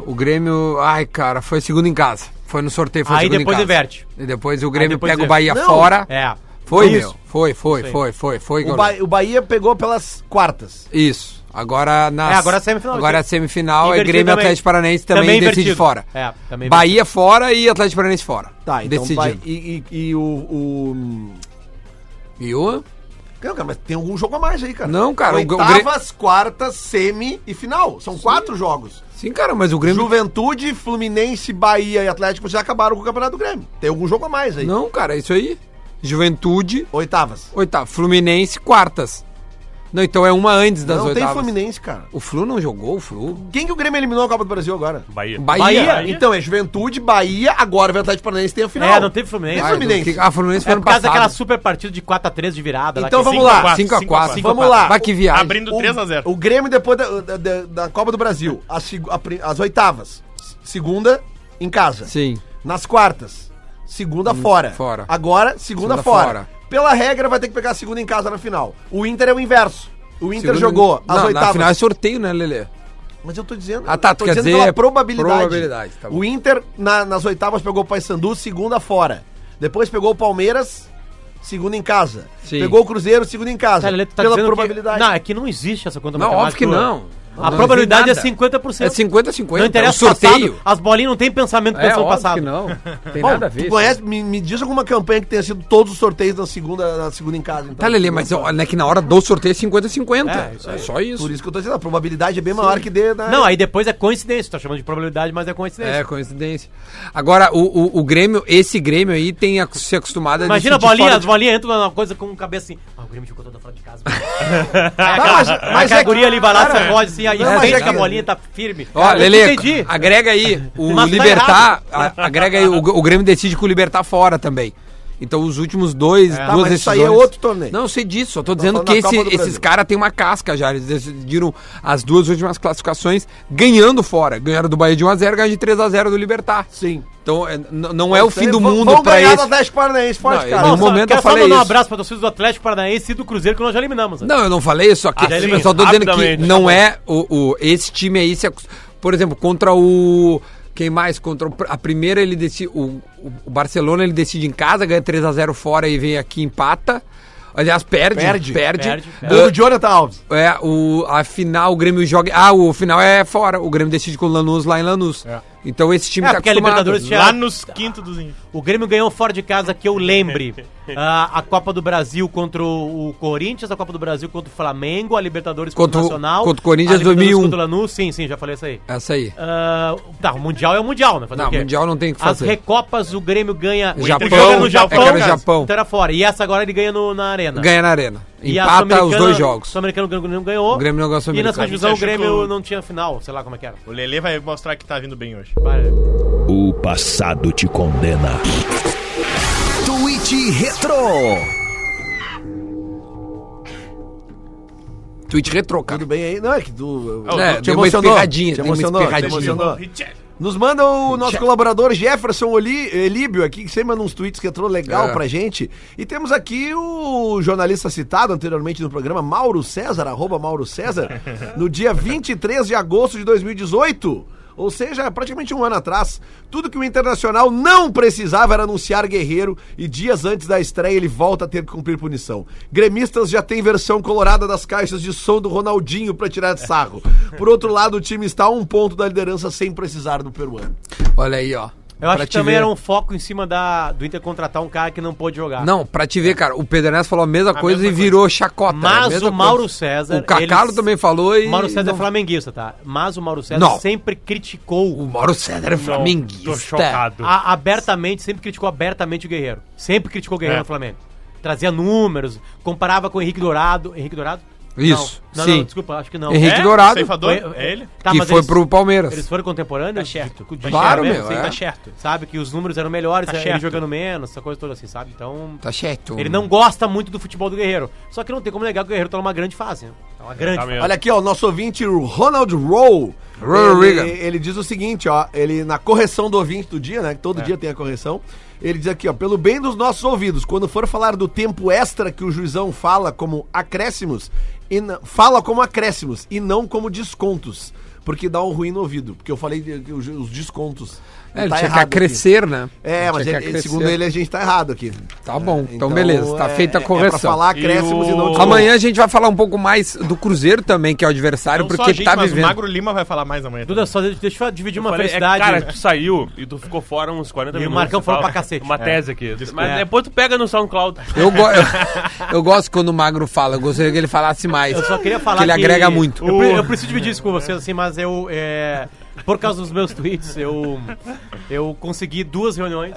Speaker 1: O Grêmio. Ai, cara, foi segundo em casa. Foi no sorteio, foi
Speaker 3: Aí
Speaker 1: segundo
Speaker 3: depois
Speaker 1: em casa.
Speaker 3: inverte.
Speaker 1: E depois o Grêmio
Speaker 3: depois
Speaker 1: pega o
Speaker 3: inverte.
Speaker 1: Bahia
Speaker 5: Não.
Speaker 1: fora.
Speaker 3: É.
Speaker 1: Foi,
Speaker 3: Então,
Speaker 1: meu. Foi, foi,
Speaker 3: Isso aí.
Speaker 1: foi, foi, foi.
Speaker 5: O,
Speaker 1: Gaules.
Speaker 5: Ba- o Bahia pegou pelas quartas.
Speaker 1: Isso. Agora na
Speaker 3: É, agora é semifinal.
Speaker 1: Agora é semifinal é
Speaker 3: Invertido
Speaker 1: Grêmio e
Speaker 3: também.
Speaker 1: Atlético Paranaense também,
Speaker 3: Também
Speaker 1: decide
Speaker 3: invertido.
Speaker 1: fora.
Speaker 3: É, também
Speaker 1: Bahia fora e Atlético Paranaense fora.
Speaker 5: Tá, então
Speaker 1: Decidido.
Speaker 5: vai- E, e- e o. o-
Speaker 1: E o
Speaker 5: Não, cara, mas tem algum jogo a mais aí, cara.
Speaker 1: Não, cara, o- o
Speaker 5: Oitavas, quartas, semi e final. São quatro jogos.
Speaker 1: Sim, cara, mas o Grêmio
Speaker 5: Juventude, Fluminense, Bahia e Atlético já acabaram com o Campeonato do Grêmio. Tem algum jogo a mais aí.
Speaker 1: Não, cara, é isso aí. Juventude,
Speaker 5: Oitavas.
Speaker 1: oitava, Fluminense, quartas. Não, então é uma antes das
Speaker 5: Não tem
Speaker 1: oitavas.
Speaker 5: Fluminense, cara.
Speaker 1: O Flu não jogou, o Flu.
Speaker 5: Quem que o Grêmio eliminou a Copa do Brasil agora?
Speaker 2: Bahia.
Speaker 1: Bahia.
Speaker 3: Bahia.
Speaker 5: Então, é Juventude, Bahia, agora o Atlético Paranaense tem a final.
Speaker 3: É, não teve Fluminense.
Speaker 5: Tem Fluminense.
Speaker 1: Que- Ah, Fluminense foi
Speaker 3: É
Speaker 1: ano
Speaker 3: por causa daquela
Speaker 1: passado.
Speaker 3: super partida de 4x3 de virada.
Speaker 5: Então
Speaker 3: que-
Speaker 5: vamos lá.
Speaker 1: 5 a 4.
Speaker 3: cinco a
Speaker 5: Vamos lá.
Speaker 1: Vai que viagem.
Speaker 4: Abrindo
Speaker 5: O-
Speaker 4: 3 a 0
Speaker 5: O Grêmio depois da, da- da- da Copa do Brasil, a seg- a pri- as oitavas. S- Segunda, em casa.
Speaker 1: Sim. Hum,
Speaker 5: Nas quartas, segunda fora.
Speaker 1: fora.
Speaker 5: Agora, segunda,
Speaker 1: Segunda
Speaker 5: fora.
Speaker 1: fora.
Speaker 5: Pela regra, vai ter que pegar a segunda em casa na final. O Inter é o inverso. O Inter
Speaker 1: Segundo-
Speaker 5: jogou as
Speaker 1: não,
Speaker 5: oitavas.
Speaker 1: Na final é sorteio, né, Lelê?
Speaker 5: Mas eu tô dizendo.
Speaker 1: Ah, tá,
Speaker 5: eu
Speaker 1: tu
Speaker 5: tô
Speaker 1: quer
Speaker 5: dizendo
Speaker 1: dizer
Speaker 5: pela probabilidade.
Speaker 1: probabilidade, tá bom.
Speaker 5: o Inter, na- nas oitavas, pegou o Paysandu, segunda fora. Depois pegou o Palmeiras, segunda em casa.
Speaker 1: Sim.
Speaker 5: Pegou o Cruzeiro, segunda em casa.
Speaker 3: Tá, Lelê, tu tá
Speaker 5: pela
Speaker 3: dizendo
Speaker 5: probabilidade.
Speaker 3: Que... Não, é que não existe essa conta
Speaker 1: Não, óbvio que não.
Speaker 3: A
Speaker 1: Não
Speaker 3: probabilidade é
Speaker 1: existe nada.
Speaker 3: 50%.
Speaker 1: É 50-50.
Speaker 3: Não interessa
Speaker 1: é
Speaker 3: o
Speaker 1: um sorteio.
Speaker 3: passado. As bolinhas não têm pensamento
Speaker 1: É,
Speaker 3: pensando
Speaker 1: óbvio
Speaker 3: no passado.
Speaker 1: que não. Tem
Speaker 5: Bom,
Speaker 1: nada a ver.
Speaker 5: tu conhece, me, me diz alguma campanha que tenha sido todos os sorteios na segunda, na segunda em casa. Então.
Speaker 1: Tá, Lelê, mas ó, é que na hora do sorteio é 50-50.
Speaker 3: É, isso
Speaker 1: É,
Speaker 3: aí.
Speaker 1: só isso.
Speaker 5: Por isso que eu tô dizendo, a probabilidade é bem maior que dê na...
Speaker 3: Não, aí depois é coincidência. Tu tá chamando de probabilidade, mas é coincidência.
Speaker 1: É, coincidência. Agora, o, o, o Grêmio, esse Grêmio aí tem ac- se acostumado a
Speaker 3: Imagina a
Speaker 1: decidir
Speaker 3: bolinha,
Speaker 1: fora
Speaker 3: as
Speaker 1: de-
Speaker 3: bolinhas entram numa coisa com cabeça assim. Ah, o Grêmio jogou toda fora de casa.
Speaker 5: Tá, mas, mas
Speaker 3: Mas a guria ali vai lá, você pode assim, aí
Speaker 5: Não, mas
Speaker 3: sente
Speaker 5: é
Speaker 3: que a
Speaker 5: que-
Speaker 3: bolinha tá firme.
Speaker 1: Ó,
Speaker 3: Eu
Speaker 1: Lelê,
Speaker 3: entendi.
Speaker 1: agrega aí o
Speaker 3: Mas tá
Speaker 1: Libertar, a- agrega aí, o, o Grêmio decide com o Libertar fora também. Então os últimos dois,
Speaker 5: Tá,
Speaker 1: duas
Speaker 5: mas isso aí
Speaker 1: decisões...
Speaker 5: é outro torneio.
Speaker 1: Não, eu sei disso, só tô dizendo
Speaker 5: falando
Speaker 1: que
Speaker 5: da
Speaker 1: esse-
Speaker 5: Copa do
Speaker 1: esses
Speaker 5: Brasil.
Speaker 1: caras têm uma casca já, eles decidiram as duas últimas classificações ganhando fora. Ganharam do Bahia de 1x0, ganharam de 3x0 do Libertar.
Speaker 5: Sim.
Speaker 1: Então é- n- não é o fim do
Speaker 5: Vão-
Speaker 1: mundo
Speaker 5: vão
Speaker 1: pra
Speaker 5: ganhar
Speaker 1: esse...
Speaker 5: do Atlético Paranaense fora
Speaker 1: Não,
Speaker 5: de
Speaker 1: eu
Speaker 5: casa.
Speaker 1: não
Speaker 3: Não,
Speaker 1: No momento
Speaker 3: quero
Speaker 1: Então eu
Speaker 3: só
Speaker 1: falei
Speaker 3: mandar um
Speaker 1: isso.
Speaker 3: abraço pra torcida do Atlético Paranaense e do Cruzeiro, que nós já eliminamos. né?
Speaker 1: Não, eu não falei isso aqui.
Speaker 2: Ah, sim,
Speaker 1: eu só tô dizendo que
Speaker 2: rapidamente.
Speaker 3: tá
Speaker 1: não é o, o- esse time aí. Se, acos- por exemplo, contra o. Quem mais? Contra o pr- a primeira ele decide. O, o- o Barcelona ele decide em casa, ganha 3x0 fora e vem aqui e empata. Aliás, perde.
Speaker 5: Perde.
Speaker 1: Perde.
Speaker 3: Perde,
Speaker 1: Ah,
Speaker 5: Gol do Jonathan Alves.
Speaker 1: é, o, a final o Grêmio joga. Ah, o final é fora. O Grêmio decide com o Lanús lá em Lanús. Então esse time
Speaker 3: É,
Speaker 1: tá
Speaker 3: porque a
Speaker 1: acostumado.
Speaker 3: Libertadores tinha-
Speaker 4: Lá nos quinto dos índios.
Speaker 3: O Grêmio ganhou fora de casa, que eu lembre. Ah, a Copa do Brasil contra o o Corinthians, a Copa do Brasil contra o Flamengo, a Libertadores
Speaker 1: Contra o- contra o Corinthians,
Speaker 3: a Libertadores
Speaker 1: 2001.
Speaker 3: contra o Lanús, sim, sim, já falei isso aí.
Speaker 1: Essa aí.
Speaker 3: Ah, tá, o Mundial é o Mundial, né? Fazer
Speaker 1: Não,
Speaker 3: o quê?
Speaker 1: Mundial não tem o que
Speaker 3: As
Speaker 1: fazer.
Speaker 3: Recopas o Grêmio ganha...
Speaker 1: O Japão,
Speaker 3: Ele joga no
Speaker 1: é,
Speaker 3: Japão,
Speaker 1: cara, o
Speaker 3: cara.
Speaker 1: Japão.
Speaker 3: Então era fora. E essa agora ele ganha no- na Arena.
Speaker 1: Ganha na arena.
Speaker 3: E a
Speaker 1: Empata os
Speaker 3: Sul-Americana-
Speaker 1: dois jogos.
Speaker 3: Sul-Americano ganhou, não ganhou.
Speaker 1: O Grêmio não ganhou a
Speaker 3: E na segunda
Speaker 1: Sul-Americana.
Speaker 3: divisão o
Speaker 4: Você acha
Speaker 3: Grêmio
Speaker 4: que o-
Speaker 3: não tinha final, sei lá como é que era.
Speaker 4: O Lelê vai mostrar que tá vindo bem hoje.
Speaker 6: O passado te condena. Twitch Retro.
Speaker 1: Twitch retrô, cara.
Speaker 5: Tudo bem aí? Não, é que tu...
Speaker 4: Ah,
Speaker 1: É,
Speaker 5: te
Speaker 1: deu uma
Speaker 5: emocionou,
Speaker 1: espirradinha,
Speaker 5: te
Speaker 1: deu uma
Speaker 5: emocionou, te
Speaker 1: espirradinha.
Speaker 5: emocionou.
Speaker 4: Richelli.
Speaker 5: Nos manda o nosso colaborador Jefferson Oli, Elíbio aqui, que sempre manda uns tweets que entrou legal
Speaker 1: É.
Speaker 5: pra gente. E temos aqui o jornalista citado anteriormente no programa, Mauro César, arroba Mauro César, no dia 23 de agosto de 2018. Ou seja, praticamente um ano atrás, tudo que o Internacional não precisava era anunciar Guerreiro e dias antes da estreia ele volta a ter que cumprir punição. Gremistas já tem versão colorada das caixas de som do Ronaldinho pra tirar de sarro. Por outro lado, o time está a um ponto da liderança sem precisar do peruano.
Speaker 1: Olha aí, ó.
Speaker 3: Eu acho
Speaker 1: Pra
Speaker 3: que
Speaker 1: te
Speaker 3: também
Speaker 1: ver.
Speaker 3: era um foco em cima da, do Inter contratar um cara que não pôde jogar.
Speaker 1: Não, pra te ver, cara, o Pedro Ernesto falou a mesma coisa
Speaker 4: mesma
Speaker 1: e virou chacota. é a
Speaker 3: Mas
Speaker 1: mesma
Speaker 3: o Mauro
Speaker 1: coisa.
Speaker 3: César.
Speaker 1: O Cacalo
Speaker 3: ele-
Speaker 1: também falou e.
Speaker 3: O Mauro César
Speaker 1: não-
Speaker 3: é flamenguista, tá? Mas o Mauro César
Speaker 1: Não.
Speaker 3: sempre criticou.
Speaker 1: O Mauro César é flamenguista.
Speaker 2: Tô chocado.
Speaker 3: a- abertamente, sempre criticou abertamente o Guerreiro. Sempre criticou o Guerreiro
Speaker 2: É.
Speaker 3: no Flamengo. Trazia números, comparava com o Henrique Dourado. Henrique Dourado?
Speaker 1: Isso,
Speaker 3: Não, não,
Speaker 1: sim.
Speaker 3: não, desculpa, acho que não.
Speaker 1: Henrique
Speaker 4: É?
Speaker 1: Dourado.
Speaker 4: Ceifador? É ele?
Speaker 3: Tá,
Speaker 1: que
Speaker 3: mas
Speaker 1: foi
Speaker 3: eles-
Speaker 1: pro Palmeiras.
Speaker 3: Eles foram contemporâneos?
Speaker 4: Tá certo.
Speaker 3: De- de-
Speaker 1: Claro,
Speaker 3: de-
Speaker 1: meu,
Speaker 3: sim,
Speaker 1: é.
Speaker 3: Tá certo. Sabe que os números eram melhores, né?
Speaker 4: Tá
Speaker 3: ele
Speaker 4: certo.
Speaker 3: jogando menos, essa coisa toda assim, sabe? Então.
Speaker 1: Tá certo.
Speaker 3: Ele não gosta muito do futebol do Guerreiro. Só que não tem como negar que o Guerreiro tá numa grande fase. Né? Tá uma grande
Speaker 2: Tá
Speaker 3: fase.
Speaker 2: mesmo.
Speaker 5: Olha aqui, ó, nosso ouvinte, o Ronald Rowe.
Speaker 1: Ronald
Speaker 5: ele,
Speaker 1: Reagan.
Speaker 5: ele diz o seguinte, ó, ele na correção do ouvinte do dia, né, que
Speaker 2: É.
Speaker 5: todo dia tem a correção, ele diz aqui, ó, pelo bem dos nossos ouvidos, quando for falar do tempo extra que o juizão fala como acréscimos, e n- fala como acréscimos e não como descontos, porque dá um ruim no ouvido, porque eu falei de- que os os descontos.
Speaker 1: É, ele
Speaker 5: Tá
Speaker 1: tinha que
Speaker 5: errado aqui.
Speaker 1: acrescer, né?
Speaker 5: É,
Speaker 1: Ele tinha
Speaker 5: mas ele-
Speaker 1: que
Speaker 5: ele-
Speaker 1: acrescer.
Speaker 5: segundo ele a gente tá errado aqui.
Speaker 1: Tá bom, então,
Speaker 5: Então,
Speaker 1: beleza. Tá
Speaker 5: é-
Speaker 1: feita a
Speaker 5: é- é
Speaker 1: correção.
Speaker 5: pra falar acréscimos e,
Speaker 2: E
Speaker 5: não
Speaker 2: o-
Speaker 5: descontos.
Speaker 1: Amanhã a gente vai falar um pouco mais do Cruzeiro também, que é o adversário,
Speaker 4: Não só
Speaker 1: porque
Speaker 4: a gente,
Speaker 1: tá
Speaker 4: mas o
Speaker 1: vivendo.
Speaker 4: Magro Lima vai falar mais amanhã.
Speaker 3: Duda, só deixa- deixa eu dividir uma
Speaker 2: Falei, é,
Speaker 3: felicidade.
Speaker 2: cara, tu saiu e tu ficou fora uns 40
Speaker 3: E o
Speaker 2: minutos.
Speaker 3: Marcão
Speaker 2: você
Speaker 3: falou
Speaker 2: fala.
Speaker 3: pra cacete.
Speaker 2: Uma
Speaker 3: É.
Speaker 2: tese aqui. Mas
Speaker 3: É.
Speaker 2: depois tu pega no SoundCloud.
Speaker 1: Eu, go- eu- eu gosto quando o Magro fala, eu gostaria que ele falasse mais.
Speaker 3: eu só queria falar
Speaker 1: que ele agrega muito.
Speaker 3: Eu, pre- eu preciso dividir isso com vocês, assim, mas eu. é, por causa dos meus tweets, eu, eu consegui duas reuniões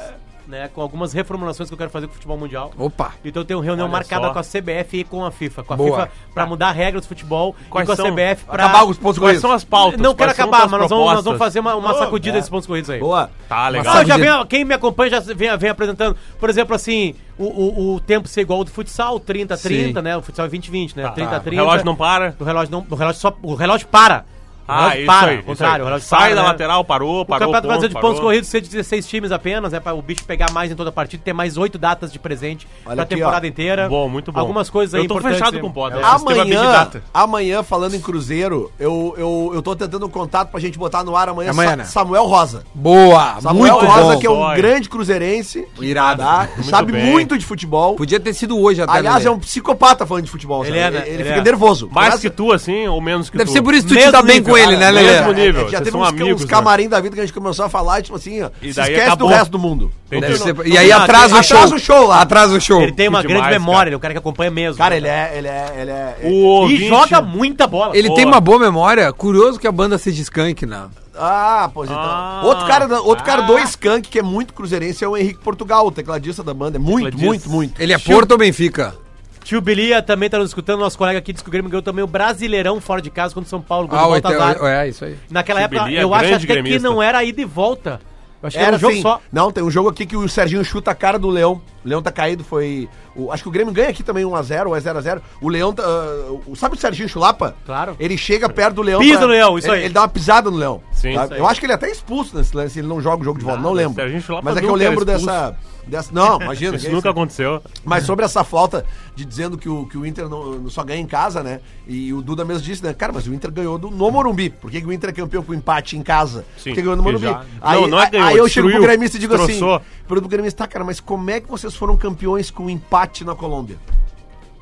Speaker 3: né? Com algumas reformulações que eu quero fazer com o futebol mundial.
Speaker 1: Opa.
Speaker 3: Então tem uma reunião
Speaker 2: Olha
Speaker 3: marcada
Speaker 2: só.
Speaker 3: com a CBF e com a FIFA. Com a
Speaker 1: Boa.
Speaker 3: FIFA pra mudar a regra do futebol
Speaker 2: Quais
Speaker 3: e com a
Speaker 2: são?
Speaker 3: CBF pra.
Speaker 1: Acabar os pontos
Speaker 2: Quais
Speaker 1: corridos.
Speaker 2: são as pautas?
Speaker 3: Não quero
Speaker 2: Quais são
Speaker 3: acabar,
Speaker 2: tuas
Speaker 3: mas nós vamos, nós vamos
Speaker 2: propostas? Oh, né?
Speaker 3: fazer uma, uma sacudida desses pontos corridos aí.
Speaker 1: Boa.
Speaker 2: Tá, legal.
Speaker 3: Não,
Speaker 1: Sabe
Speaker 3: já
Speaker 1: de-
Speaker 3: vem, quem me acompanha já vem, vem apresentando. Por exemplo, assim, o, o, o tempo ser igual ao do futsal, 30-30,
Speaker 1: Sim.
Speaker 3: né? O futsal é 20-20, né? 30-30.
Speaker 2: Tá. O relógio não para.
Speaker 3: O relógio não. O relógio só. O relógio para. O
Speaker 2: Ah,
Speaker 3: relógio
Speaker 2: isso
Speaker 3: para,
Speaker 2: aí,
Speaker 3: ao contrário.
Speaker 2: isso aí.
Speaker 3: O relógio
Speaker 2: Sai
Speaker 3: para,
Speaker 2: da
Speaker 3: né?
Speaker 2: lateral, parou,
Speaker 3: O
Speaker 2: parou.
Speaker 3: Campeonato Brasileiro de
Speaker 2: parou.
Speaker 3: Pontos Corridos ser de 16 times apenas, é para o bicho pegar mais em toda a partida, ter mais oito datas de presente
Speaker 5: Olha
Speaker 3: pra
Speaker 5: aqui,
Speaker 3: temporada
Speaker 5: ó.
Speaker 3: inteira.
Speaker 2: Bom, muito bom.
Speaker 3: Algumas coisas aí
Speaker 2: Eu tô
Speaker 3: importantes,
Speaker 2: fechado
Speaker 3: né?
Speaker 2: com o Potter.
Speaker 4: Ah, sistema Big
Speaker 5: Amanhã,
Speaker 4: Data.
Speaker 5: amanhã, falando em Cruzeiro, eu, eu, eu tô tentando um contato pra gente botar no ar amanhã,
Speaker 1: Amanhã,
Speaker 5: Sa-
Speaker 1: né?
Speaker 5: Samuel Rosa.
Speaker 1: Boa.
Speaker 5: Samuel
Speaker 1: muito
Speaker 5: Rosa,
Speaker 1: bom.
Speaker 5: que é um
Speaker 2: Boy.
Speaker 5: grande cruzeirense.
Speaker 1: Irado.
Speaker 5: tá? Sabe
Speaker 2: bem.
Speaker 5: muito de futebol.
Speaker 1: Podia ter sido hoje até. né?
Speaker 5: Aliás,
Speaker 1: Lelê.
Speaker 5: é um psicopata falando de futebol.
Speaker 3: Ele é, né?
Speaker 5: Ele,
Speaker 3: Ele
Speaker 5: fica
Speaker 3: é.
Speaker 5: nervoso.
Speaker 2: Mais
Speaker 5: Mas-
Speaker 2: que tu, assim, ou menos que
Speaker 1: Deve
Speaker 2: tu.
Speaker 1: ser por isso que tu te
Speaker 3: Mesmo
Speaker 1: dá bem
Speaker 3: nível,
Speaker 1: com ele, né,
Speaker 3: cara.
Speaker 2: Mesmo
Speaker 1: Lelê?
Speaker 2: nível.
Speaker 5: É que já
Speaker 2: vocês
Speaker 5: teve
Speaker 2: são
Speaker 5: uns, uns
Speaker 2: amigos, né?
Speaker 5: camarim da vida que a gente começou a falar, tipo assim, ó,
Speaker 2: E
Speaker 5: se
Speaker 2: daí
Speaker 5: esquece
Speaker 2: acabou.
Speaker 5: do resto do mundo.
Speaker 2: Entendi.
Speaker 1: Deve ser- E aí
Speaker 3: Não,
Speaker 1: Ah, atrasa o show.
Speaker 5: atrasa o show lá.
Speaker 1: Atrasa o show.
Speaker 3: Ele tem uma
Speaker 2: Que demais,
Speaker 3: grande memória,
Speaker 2: cara.
Speaker 3: ele é o cara que acompanha mesmo.
Speaker 5: Cara, ele é, ele é, ele é...
Speaker 2: O
Speaker 3: E
Speaker 2: ouvinte-
Speaker 3: joga muita bola.
Speaker 1: Ele
Speaker 2: Boa.
Speaker 1: tem uma boa memória. Curioso que a banda seja skunk, né?
Speaker 5: Ah, pois então.
Speaker 2: Ah.
Speaker 5: outro cara, da- outro cara
Speaker 2: Ah.
Speaker 5: do Skank, que é muito cruzeirense, é o Henrique Portugal, o tecladista da banda. É muito,
Speaker 2: Tecladista.
Speaker 5: muito, muito.
Speaker 1: Ele é Porto ou Benfica?
Speaker 3: Tio Bilia também tá nos escutando, nosso colega aqui disse que o Grêmio ganhou também o Brasileirão fora de casa contra o São Paulo. gol
Speaker 1: Ah,
Speaker 3: do
Speaker 1: oito,
Speaker 3: Baltazar.
Speaker 1: é, isso aí.
Speaker 3: Naquela
Speaker 2: Tio
Speaker 3: época,
Speaker 2: Bilia,
Speaker 3: eu acho
Speaker 2: grande
Speaker 3: até que
Speaker 2: gremista.
Speaker 3: não era ida e volta. Eu acho que
Speaker 5: Era
Speaker 3: era um jogo
Speaker 5: assim.
Speaker 3: só.
Speaker 5: Não, tem um jogo aqui que o Serginho chuta a cara do Leão. O Leão tá caído, foi. o- acho que o Grêmio ganha aqui também 1x0 ou é 0x0. O Leão. tá, ah, o- sabe o Serginho Chulapa?
Speaker 3: Claro.
Speaker 5: Ele chega perto do Leão. tá?
Speaker 3: Pisa no Leão, isso
Speaker 5: ele,
Speaker 3: aí.
Speaker 5: Ele dá uma pisada no Leão.
Speaker 2: Sim, isso aí.
Speaker 5: Eu acho que ele é até expulso nesse lance, ele não joga o jogo de volta, não lembro.
Speaker 2: Serginho Chulapa
Speaker 5: Mas é que eu
Speaker 2: nunca era
Speaker 5: lembro
Speaker 2: expulso.
Speaker 5: dessa, dessa. Não, imagina. que
Speaker 2: Isso
Speaker 5: é
Speaker 2: nunca aconteceu.
Speaker 5: Mas sobre essa falta de dizendo que o, que o Inter não, não só ganha em casa, né? E o Duda mesmo disse, né? Cara, mas o Inter ganhou do, no Morumbi. Por que, que o Inter é campeão com empate em casa?
Speaker 2: Sim,
Speaker 5: Porque ganhou no
Speaker 2: que
Speaker 5: Morumbi.
Speaker 2: já- Não, não é
Speaker 5: aí-
Speaker 2: ganhou,
Speaker 5: aí eu chego pro
Speaker 2: destruiu,
Speaker 5: gremista e digo
Speaker 2: destroçou.
Speaker 5: assim... Pro gremista, tá, cara, mas como é que vocês foram campeões com empate na Colômbia?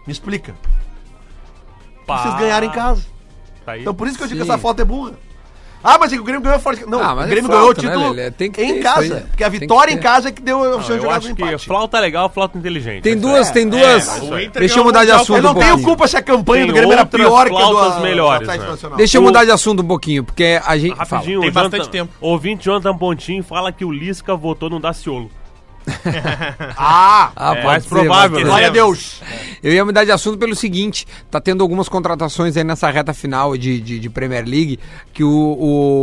Speaker 5: Me explica. Vocês
Speaker 2: Ah,
Speaker 5: ganharam em casa.
Speaker 2: Tá aí.
Speaker 5: Então por isso que eu digo
Speaker 1: Sim.
Speaker 5: que essa falta é burra. Ah, mas o Grêmio ganhou fora. de- Não,
Speaker 1: Ah, mas
Speaker 5: o
Speaker 1: é
Speaker 5: Grêmio
Speaker 1: falta,
Speaker 5: ganhou
Speaker 1: né,
Speaker 5: o título
Speaker 1: Lelê? Tem que ter
Speaker 5: em
Speaker 1: isso
Speaker 5: casa.
Speaker 1: aí.
Speaker 5: Porque a
Speaker 1: Tem que
Speaker 5: vitória em
Speaker 1: ter.
Speaker 5: casa é que deu a
Speaker 2: Não,
Speaker 5: opção de
Speaker 2: eu
Speaker 5: jogar no
Speaker 2: acho que
Speaker 5: empate.
Speaker 2: flauta é legal, flauta inteligente.
Speaker 1: Tem
Speaker 2: Essa
Speaker 1: duas,
Speaker 2: é-
Speaker 1: tem duas.
Speaker 2: mas o Inter
Speaker 1: Deixa eu mudar de
Speaker 4: ganhou o
Speaker 1: assunto
Speaker 5: Eu
Speaker 1: um
Speaker 5: não tenho
Speaker 1: pouquinho.
Speaker 5: culpa se a campanha
Speaker 2: Tem
Speaker 5: do Grêmio era
Speaker 2: outras
Speaker 5: pior que a do,
Speaker 2: flautas
Speaker 5: a-
Speaker 2: melhores,
Speaker 5: do Atlético
Speaker 2: né?
Speaker 5: Nacional.
Speaker 1: Deixa eu
Speaker 2: O-
Speaker 1: mudar de assunto um pouquinho, porque a gente.
Speaker 2: Rapidinho,
Speaker 4: Tem
Speaker 2: o
Speaker 4: bastante
Speaker 2: Jonathan-
Speaker 4: tempo.
Speaker 2: Ouvinte Jonathan Pontin fala que o Lisca votou no Daciolo.
Speaker 5: Ah,
Speaker 1: Fala. Ah, pode
Speaker 2: É, mais
Speaker 1: ser,
Speaker 2: provável,
Speaker 1: pode ser.
Speaker 2: né?
Speaker 5: glória a Deus.
Speaker 1: Eu ia mudar de assunto pelo seguinte: tá tendo algumas contratações aí nessa reta final de, de, de Premier League. Que o,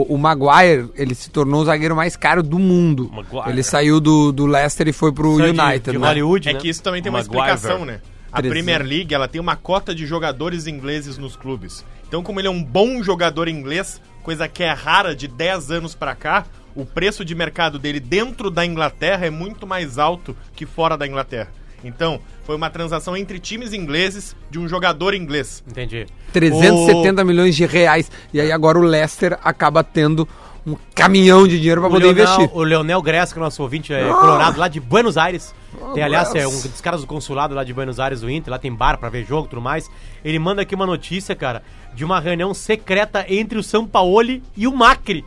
Speaker 1: o, o Maguire ele se tornou o zagueiro mais caro do mundo.
Speaker 2: Maguire.
Speaker 1: Ele saiu do, do Leicester e foi pro
Speaker 3: Saiu de-
Speaker 1: United.
Speaker 3: de
Speaker 1: né?
Speaker 3: Hollywood,
Speaker 4: É
Speaker 3: né?
Speaker 4: que isso também tem uma
Speaker 2: Maguire.
Speaker 4: explicação, né? A
Speaker 1: 300.
Speaker 4: Premier League, ela tem uma cota de jogadores ingleses nos clubes. Então, como ele é um bom jogador inglês, coisa que é rara de 10 anos pra cá, o preço de mercado dele dentro da Inglaterra é muito mais alto que fora da Inglaterra. Então, foi uma transação entre times ingleses de um jogador inglês.
Speaker 3: Entendi.
Speaker 1: 370 milhões de reais. E aí agora o Leicester acaba tendo um caminhão de dinheiro pra
Speaker 3: O
Speaker 1: poder
Speaker 3: Leonel,
Speaker 1: investir.
Speaker 3: o Leonel Gresca, nosso ouvinte é colorado lá de Buenos Aires. Tem, aliás, é um dos caras do consulado lá de Buenos Aires, do Inter, lá tem bar pra ver jogo e tudo mais. Ele manda aqui uma notícia, cara, de uma reunião secreta entre o Sampaoli e o Macri.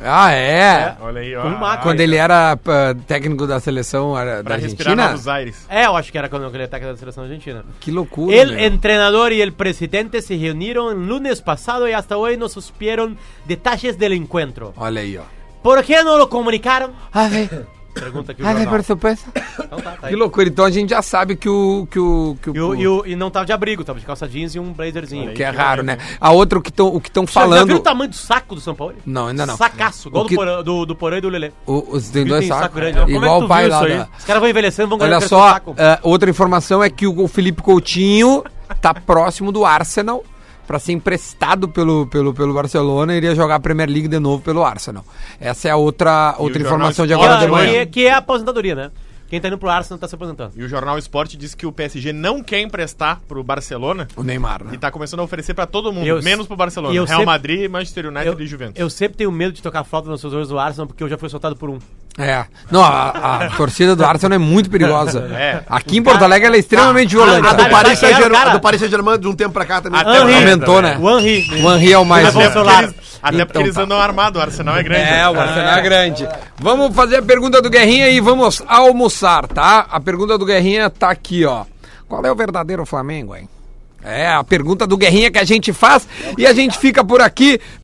Speaker 1: Ah, é?
Speaker 4: Olha aí,
Speaker 3: Com o Macri.
Speaker 1: Quando ele era pá, técnico da seleção era da
Speaker 4: Pra respirar
Speaker 1: Argentina.
Speaker 4: Novos Aires.
Speaker 3: É, eu acho que era quando ele ataque da seleção argentina.
Speaker 1: Que loucura.
Speaker 3: El
Speaker 1: meu.
Speaker 3: entrenador y el presidente se reunieron lunes pasado y hasta hoy no supieron detalles del encuentro.
Speaker 1: Olha aí, ó.
Speaker 3: ¿Por qué no lo comunicaron?
Speaker 1: Ah, vem.
Speaker 3: Pergunta aqui o
Speaker 1: Ah, vem
Speaker 3: jornal.
Speaker 1: por surpresa.
Speaker 3: Então tá, tá aí.
Speaker 1: Que loucura. Então a gente já sabe que o. Que o, que o,
Speaker 3: E, o- e o- e não tava de abrigo, tava de calça jeans e um blazerzinho.
Speaker 1: que é raro, né? A outra, o que estão que tão
Speaker 3: Já viu o
Speaker 1: falando.
Speaker 3: tamanho do saco do São Paulo?
Speaker 1: Não, ainda não.
Speaker 3: Sacaço, igual
Speaker 1: O que-
Speaker 3: do, porã, do, do Porã e do Lelê.
Speaker 1: O- os tem
Speaker 3: Viu,
Speaker 1: dois
Speaker 3: tem saco
Speaker 1: sacos.
Speaker 3: grande, ó. Como é
Speaker 2: que
Speaker 1: Igual
Speaker 2: tu
Speaker 1: o pai
Speaker 2: viu
Speaker 1: lá.
Speaker 2: isso aí?
Speaker 1: da-
Speaker 3: Os caras vão envelhecendo, vão
Speaker 1: Olha
Speaker 3: ganhando
Speaker 1: só,
Speaker 3: saco.
Speaker 1: ah, outra informação é que o Felipe Coutinho tá próximo do Arsenal para ser emprestado pelo, pelo, pelo Barcelona e iria jogar a Premier League de novo pelo Arsenal. Essa é a outra, outra
Speaker 4: o jornal
Speaker 1: informação de
Speaker 3: Que é-
Speaker 1: agora de
Speaker 3: que,
Speaker 1: manhã.
Speaker 3: é, que é a aposentadoria, né? Quem tá indo pro Arsenal tá se aposentando.
Speaker 4: E o jornal Esporte diz que o PSG não quer emprestar pro Barcelona
Speaker 1: O Neymar,
Speaker 4: e
Speaker 1: né?
Speaker 4: tá começando a oferecer pra todo mundo,
Speaker 3: Eu-
Speaker 4: menos pro Barcelona.
Speaker 3: e eu
Speaker 4: Real
Speaker 3: sempre-
Speaker 4: Madrid, Manchester United
Speaker 3: Eu,
Speaker 4: e Juventus.
Speaker 3: eu sempre tenho medo de tocar flauta nos torcedores do Arsenal porque eu já fui soltado por um.
Speaker 1: É. Não, a, a torcida do Arsenal é muito perigosa.
Speaker 4: É.
Speaker 1: Aqui em Porto Alegre ela é extremamente violenta.
Speaker 5: A
Speaker 3: Caralho,
Speaker 5: do
Speaker 3: sabe
Speaker 5: Paris
Speaker 3: quem era o
Speaker 5: Saint-Germain,
Speaker 3: cara?
Speaker 5: do Paris Saint-Germain de um tempo pra cá também.
Speaker 4: Até
Speaker 3: Henry.
Speaker 1: Aumentou, né?
Speaker 3: O Henry.
Speaker 1: O Henry é o mais.
Speaker 3: Mas vamos
Speaker 1: né?
Speaker 4: Até
Speaker 3: Bolsonaro.
Speaker 4: porque eles, até porque
Speaker 1: Então
Speaker 4: eles
Speaker 1: tá.
Speaker 4: andam armados, o Arsenal é grande.
Speaker 1: É, o Arsenal é grande. Vamos fazer a pergunta do Guerrinha e vamos almoçar, tá? A pergunta do Guerrinha tá aqui, ó. Qual é o verdadeiro Flamengo, hein? É a pergunta do Guerrinha que a gente faz e a gente fica por aqui.